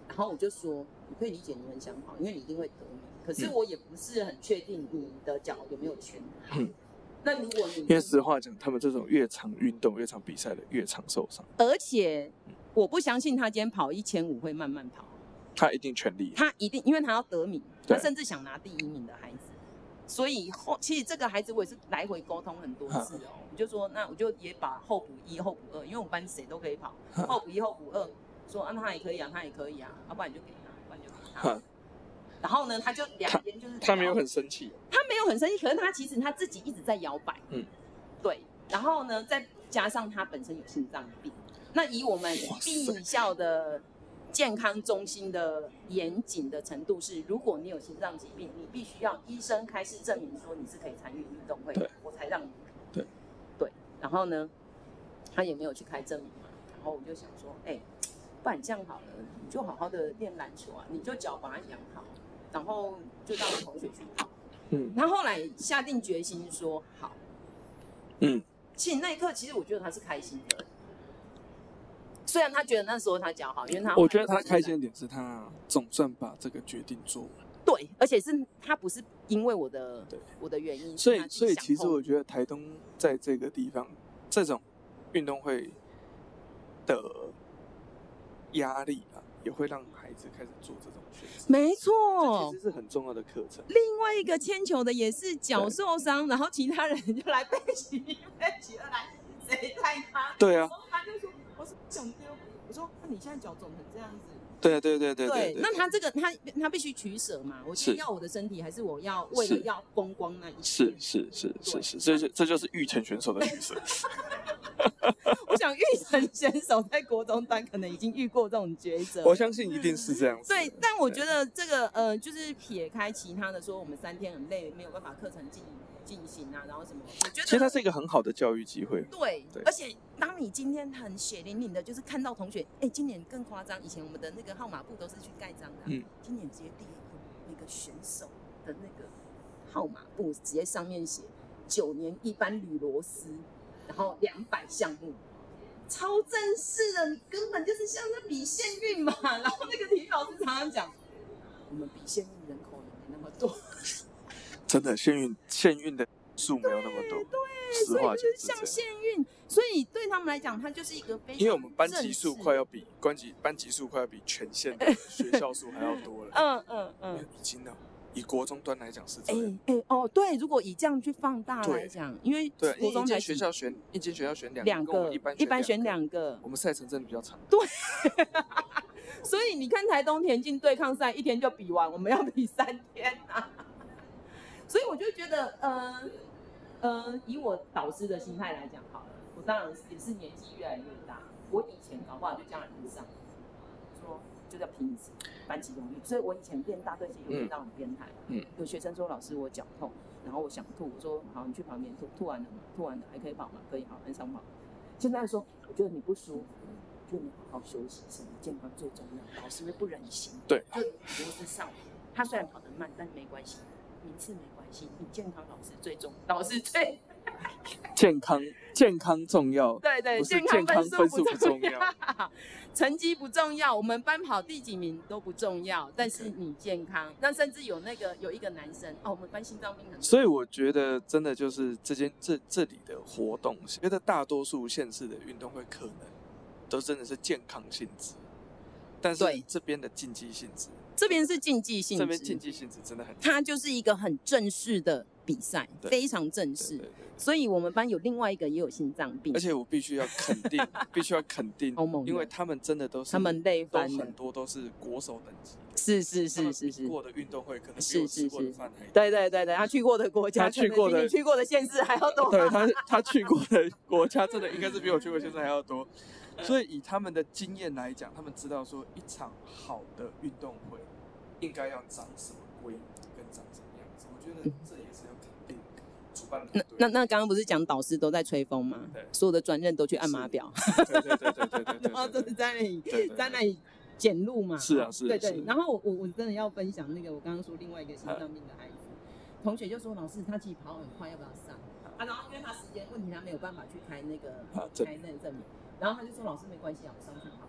[SPEAKER 1] 然后我就说我可以理解你很想跑，因为你一定会得名，可是
[SPEAKER 2] 嗯
[SPEAKER 1] 我也不是很确定你的脚有没有全好，
[SPEAKER 2] 嗯
[SPEAKER 1] 那如果你
[SPEAKER 2] 因为实话讲，他们这种越常运动、越常比赛的，越常受伤，
[SPEAKER 1] 而且我不相信他今天跑一千五会慢慢跑。
[SPEAKER 2] 他一定全 力。
[SPEAKER 1] 他一定，因为他要得名，他
[SPEAKER 2] 对
[SPEAKER 1] 甚至想拿第一名的孩子，所以后其实这个孩子我也是来回沟通很多次哦，我就说那我就也把候补一、候补二，因为我们班谁都可以跑，
[SPEAKER 2] 哈
[SPEAKER 1] 候补一、候补二，说啊那他也可以啊，他也可以啊，要、不然你就给他，不然你就给他
[SPEAKER 2] 哈。
[SPEAKER 1] 然后呢，他就两边就是
[SPEAKER 2] 他没有很生气，
[SPEAKER 1] 他没有很生气，可是他其实他自己一直在摇摆，
[SPEAKER 2] 嗯，
[SPEAKER 1] 对，然后呢，再加上他本身有心脏病，那以我们
[SPEAKER 2] 哇塞
[SPEAKER 1] 毕校的健康中心的严谨的程度是，如果你有心脏疾病，你必须要医生开始证明说你是可以参与运动会
[SPEAKER 2] 对，
[SPEAKER 1] 我才让你，
[SPEAKER 2] 对，
[SPEAKER 1] 对，然后呢，他也没有去开证明嘛，然后我就想说，哎、不然这样好了，你就好好的练篮球啊，你就脚把它养好，然后就让同学去跑。
[SPEAKER 2] 嗯
[SPEAKER 1] 他后来下定决心说好，
[SPEAKER 2] 嗯，
[SPEAKER 1] 其实那一刻，其实我觉得他是开心的。虽然他觉得那时候他脚好，因为他
[SPEAKER 2] 我觉得他开心的点是他总算把这个决定做完，
[SPEAKER 1] 对，而且是他不是因为我的
[SPEAKER 2] 对
[SPEAKER 1] 我的原因，
[SPEAKER 2] 所
[SPEAKER 1] 是他
[SPEAKER 2] 以
[SPEAKER 1] 自己
[SPEAKER 2] 所以
[SPEAKER 1] 想
[SPEAKER 2] 其实
[SPEAKER 1] 后
[SPEAKER 2] 我觉得台东在这个地方，这种运动会的压力啊，也会让孩子开始做这种选择。
[SPEAKER 1] 没错
[SPEAKER 2] 这其，实是很重要的课程。
[SPEAKER 1] 另外一个铅球的也是脚
[SPEAKER 2] 对
[SPEAKER 1] 受伤，然后其他人就来背起背起二来，谁带他？
[SPEAKER 2] 对啊
[SPEAKER 1] 然，后他就说我是想丢，我说那你现在脚肿成这样子，
[SPEAKER 2] 对啊对对对对。
[SPEAKER 1] 那他这个他他必须取舍嘛，我今
[SPEAKER 2] 是
[SPEAKER 1] 天要我的身体，还是我要为了
[SPEAKER 2] 是
[SPEAKER 1] 要风光那一
[SPEAKER 2] 是
[SPEAKER 1] 天？
[SPEAKER 2] 是是
[SPEAKER 1] 对
[SPEAKER 2] 是是，这就这就是玉成选手的精神。
[SPEAKER 1] 我想玉成选手在国中端可能已经遇过这种抉择。
[SPEAKER 2] 我相信一定是这样子。
[SPEAKER 1] 对，但我觉得这个呃，就是撇开其他的说，我们三天很累，没有办法课程进进行啊，然后什么，我觉得
[SPEAKER 2] 其实它是一个很好的教育机会。
[SPEAKER 1] 对，
[SPEAKER 2] 对
[SPEAKER 1] 而且当你今天很血淋淋的，就是看到同学，哎、今年更夸张，以前我们的那个号码布都是去盖章的啊、
[SPEAKER 2] 嗯
[SPEAKER 1] 今年直接第一个那个选手的那个号码布，直接上面写九年一班铝螺丝，然后两百项目。超正式的，你根本就是像在比县运嘛。然后那个体育老师常常讲，我们比县运人口也没那么多，
[SPEAKER 2] 真的，幸运幸运的数没有那么多。
[SPEAKER 1] 所
[SPEAKER 2] 实
[SPEAKER 1] 以
[SPEAKER 2] 话
[SPEAKER 1] 就是
[SPEAKER 2] 讲
[SPEAKER 1] 像
[SPEAKER 2] 是这
[SPEAKER 1] 县运，所以对他们来讲，它就是一个非常
[SPEAKER 2] 样。因为我们班级
[SPEAKER 1] 哎正
[SPEAKER 2] 数
[SPEAKER 1] 式
[SPEAKER 2] 快要比班级班级数快要比全县 的学校数还要多了，
[SPEAKER 1] 嗯嗯嗯，
[SPEAKER 2] 已经了。以国中端来讲是这
[SPEAKER 1] 哎
[SPEAKER 2] 样，
[SPEAKER 1] 哎哦，对，如果以这样去放大来
[SPEAKER 2] 对
[SPEAKER 1] 讲，因为
[SPEAKER 2] 对，啊
[SPEAKER 1] 国
[SPEAKER 2] 因为
[SPEAKER 1] 中
[SPEAKER 2] 一
[SPEAKER 1] 才
[SPEAKER 2] 间学校选一间学校选两
[SPEAKER 1] 两
[SPEAKER 2] 跟我
[SPEAKER 1] 个
[SPEAKER 2] 们一，般
[SPEAKER 1] 一般选
[SPEAKER 2] 两个，
[SPEAKER 1] 两个，
[SPEAKER 2] 我们赛程真的比较长。
[SPEAKER 1] 所以你看台东田径对抗赛一天就比完，我们要比三天啊。所以我就觉得，呃呃，以我导师的心态来讲好了，我当然也是年纪越来越大，我以前搞不好就家人跟上，说就叫拼一次，班级荣誉。所以我以前练大队其实有练到很变态，
[SPEAKER 2] 嗯
[SPEAKER 1] 有学生说老师我脚痛，然后我想吐，我说好，你去旁边吐，吐完了吗？吐完了还可以跑吗？可以，好，很想跑。现在说我觉得你不舒服，去不能好好休息，什么健康最重要。老师会不忍心，
[SPEAKER 2] 对，
[SPEAKER 1] 就模式上，他虽然跑得慢，但没关系，名次没关系，你健康老师最重，老师最，
[SPEAKER 2] 健康健康重要
[SPEAKER 1] 对对，
[SPEAKER 2] 不是
[SPEAKER 1] 康
[SPEAKER 2] 健康
[SPEAKER 1] 分
[SPEAKER 2] 分数
[SPEAKER 1] 不
[SPEAKER 2] 不重要，
[SPEAKER 1] 成绩不重要，我们班跑第几名都不重要，但是你健康。那甚至有那个有一个男生哦，我们班心脏病很重，
[SPEAKER 2] 所以我觉得真的就是这间这这里的活动，觉得大多数县市的运动会可能都真的是健康性质，但是
[SPEAKER 1] 对
[SPEAKER 2] 这边的竞技性质，
[SPEAKER 1] 这边是竞技性
[SPEAKER 2] 这边竞
[SPEAKER 1] 质，
[SPEAKER 2] 技性质真的很
[SPEAKER 1] 它就是一个很正式的比赛，
[SPEAKER 2] 对
[SPEAKER 1] 非常正
[SPEAKER 2] 对对
[SPEAKER 1] 式。
[SPEAKER 2] 对
[SPEAKER 1] 所以我们班有另外一个也有心脏病
[SPEAKER 2] 而，且我必须要肯定，必须要肯定
[SPEAKER 1] 好猛哦，
[SPEAKER 2] 因为他们真的都是
[SPEAKER 1] 他们累
[SPEAKER 2] 都
[SPEAKER 1] 翻了
[SPEAKER 2] 很。多都是国手等级的，
[SPEAKER 1] 是是
[SPEAKER 2] 他们
[SPEAKER 1] 是是是
[SPEAKER 2] 比，过的运动会可能比
[SPEAKER 1] 是
[SPEAKER 2] 我
[SPEAKER 1] 是
[SPEAKER 2] 吃过的
[SPEAKER 1] 是
[SPEAKER 2] 饭还多
[SPEAKER 1] 对对对对，他去过的国家，
[SPEAKER 2] 他去过
[SPEAKER 1] 可
[SPEAKER 2] 的
[SPEAKER 1] 能比你去过的县市还要多。
[SPEAKER 2] 对他，他去过的国家真的应该是比我去过现在还要多，所以以他们的经验来讲，他们知道说一场好的运动会应该要长什么规模，跟长什么样子。我觉得这也是要肯定主
[SPEAKER 1] 那
[SPEAKER 2] 办团队。
[SPEAKER 1] 那那刚刚不是讲导师都在吹风吗
[SPEAKER 2] 对？
[SPEAKER 1] 所有的转任都去按码表，
[SPEAKER 2] 对对对对对对对
[SPEAKER 1] 然后
[SPEAKER 2] 对
[SPEAKER 1] 都
[SPEAKER 2] 对
[SPEAKER 1] 是在那里
[SPEAKER 2] 对对
[SPEAKER 1] 在那里捡路嘛。
[SPEAKER 2] 是啊是啊
[SPEAKER 1] 对
[SPEAKER 2] 是
[SPEAKER 1] 对
[SPEAKER 2] 啊。
[SPEAKER 1] 然后我我我真的要分享那个我刚刚说另外一个心脏病的孩子，同学就说老师他其实跑很快，要不要上？啊，然后因为他时间问题，他没有办法去开那个
[SPEAKER 2] 啊证
[SPEAKER 1] 开那个证明，然后他就说老师没关系啊，我上去跑。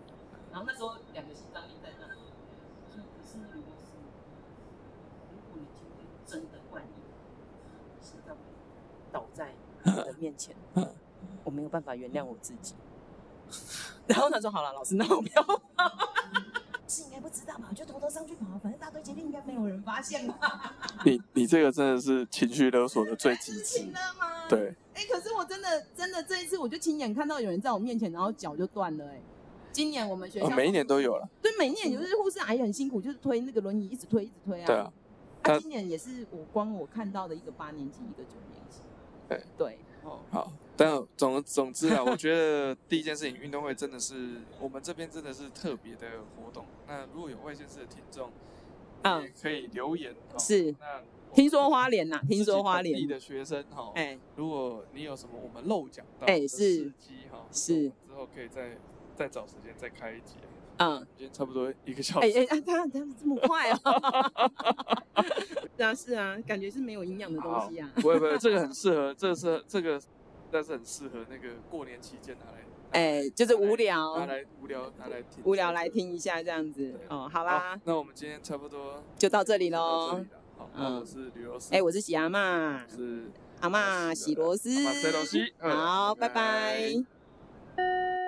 [SPEAKER 1] 然后那时候两个心脏病在那，说可是那个老师，如果你今天真的万一心脏病倒在我的面前，我没有办法原谅我自己。 然后他说好了，老师，那我不要跑。是应该不知道吧？我就偷偷上去跑，啊反正大队接力应该没有人发现 吧？
[SPEAKER 2] 你你这个真的是情绪勒索的最极致
[SPEAKER 1] 行，了吗？。
[SPEAKER 2] 对，
[SPEAKER 1] 哎、可是我真的真的这一次，我就亲眼看到有人在我面前，然后脚就断了、哎，今年我们学校、
[SPEAKER 2] 呃每一年都有了，
[SPEAKER 1] 对每一年就是护士阿姨很辛苦，就是推那个轮椅，一直推一直推啊。
[SPEAKER 2] 对啊，
[SPEAKER 1] 啊
[SPEAKER 2] 她
[SPEAKER 1] 今年也是我光我看到的一个八年级，一个九年级。
[SPEAKER 2] 对
[SPEAKER 1] 对哦，
[SPEAKER 2] 好。但总总之啊，我觉得第一件事情，运动会真的是我们这边真的是特别的活动。那如果有外县市的听众，
[SPEAKER 1] 嗯
[SPEAKER 2] 也可以留言。哦
[SPEAKER 1] 是
[SPEAKER 2] 那
[SPEAKER 1] 听说花莲呐、听说花
[SPEAKER 2] 自己本
[SPEAKER 1] 莲，
[SPEAKER 2] 地的学生哈，
[SPEAKER 1] 哎、
[SPEAKER 2] 如果你有什么我们漏讲到
[SPEAKER 1] 哎
[SPEAKER 2] 的
[SPEAKER 1] 是
[SPEAKER 2] 事迹哈，
[SPEAKER 1] 是
[SPEAKER 2] 我们之后可以再再找时间再开一集。
[SPEAKER 1] 嗯。
[SPEAKER 2] 今天差不多一个小
[SPEAKER 1] 哎
[SPEAKER 2] 时，
[SPEAKER 1] 哎，啊他他这么快 啊！是啊是啊，感觉是没有营养的东西啊。
[SPEAKER 2] 不会不会，这个很适合，这个是这个，但是很适合那个过年期间拿来，
[SPEAKER 1] 哎，就是无
[SPEAKER 2] 拿
[SPEAKER 1] 聊，
[SPEAKER 2] 来无聊拿来听，
[SPEAKER 1] 无聊来。听一下这样子
[SPEAKER 2] 对。
[SPEAKER 1] 哦，好
[SPEAKER 2] 好
[SPEAKER 1] 啦，
[SPEAKER 2] 那我们今天差不多
[SPEAKER 1] 就到这里
[SPEAKER 2] 就到这
[SPEAKER 1] 喽
[SPEAKER 2] 里。了。好，
[SPEAKER 1] 嗯
[SPEAKER 2] 那我是旅游师，
[SPEAKER 1] 哎，我是喜阿妈
[SPEAKER 2] 我，是
[SPEAKER 1] 阿妈喜螺丝
[SPEAKER 2] 阿嬷西螺丝，嗯
[SPEAKER 1] 好，拜
[SPEAKER 2] 拜拜
[SPEAKER 1] 拜。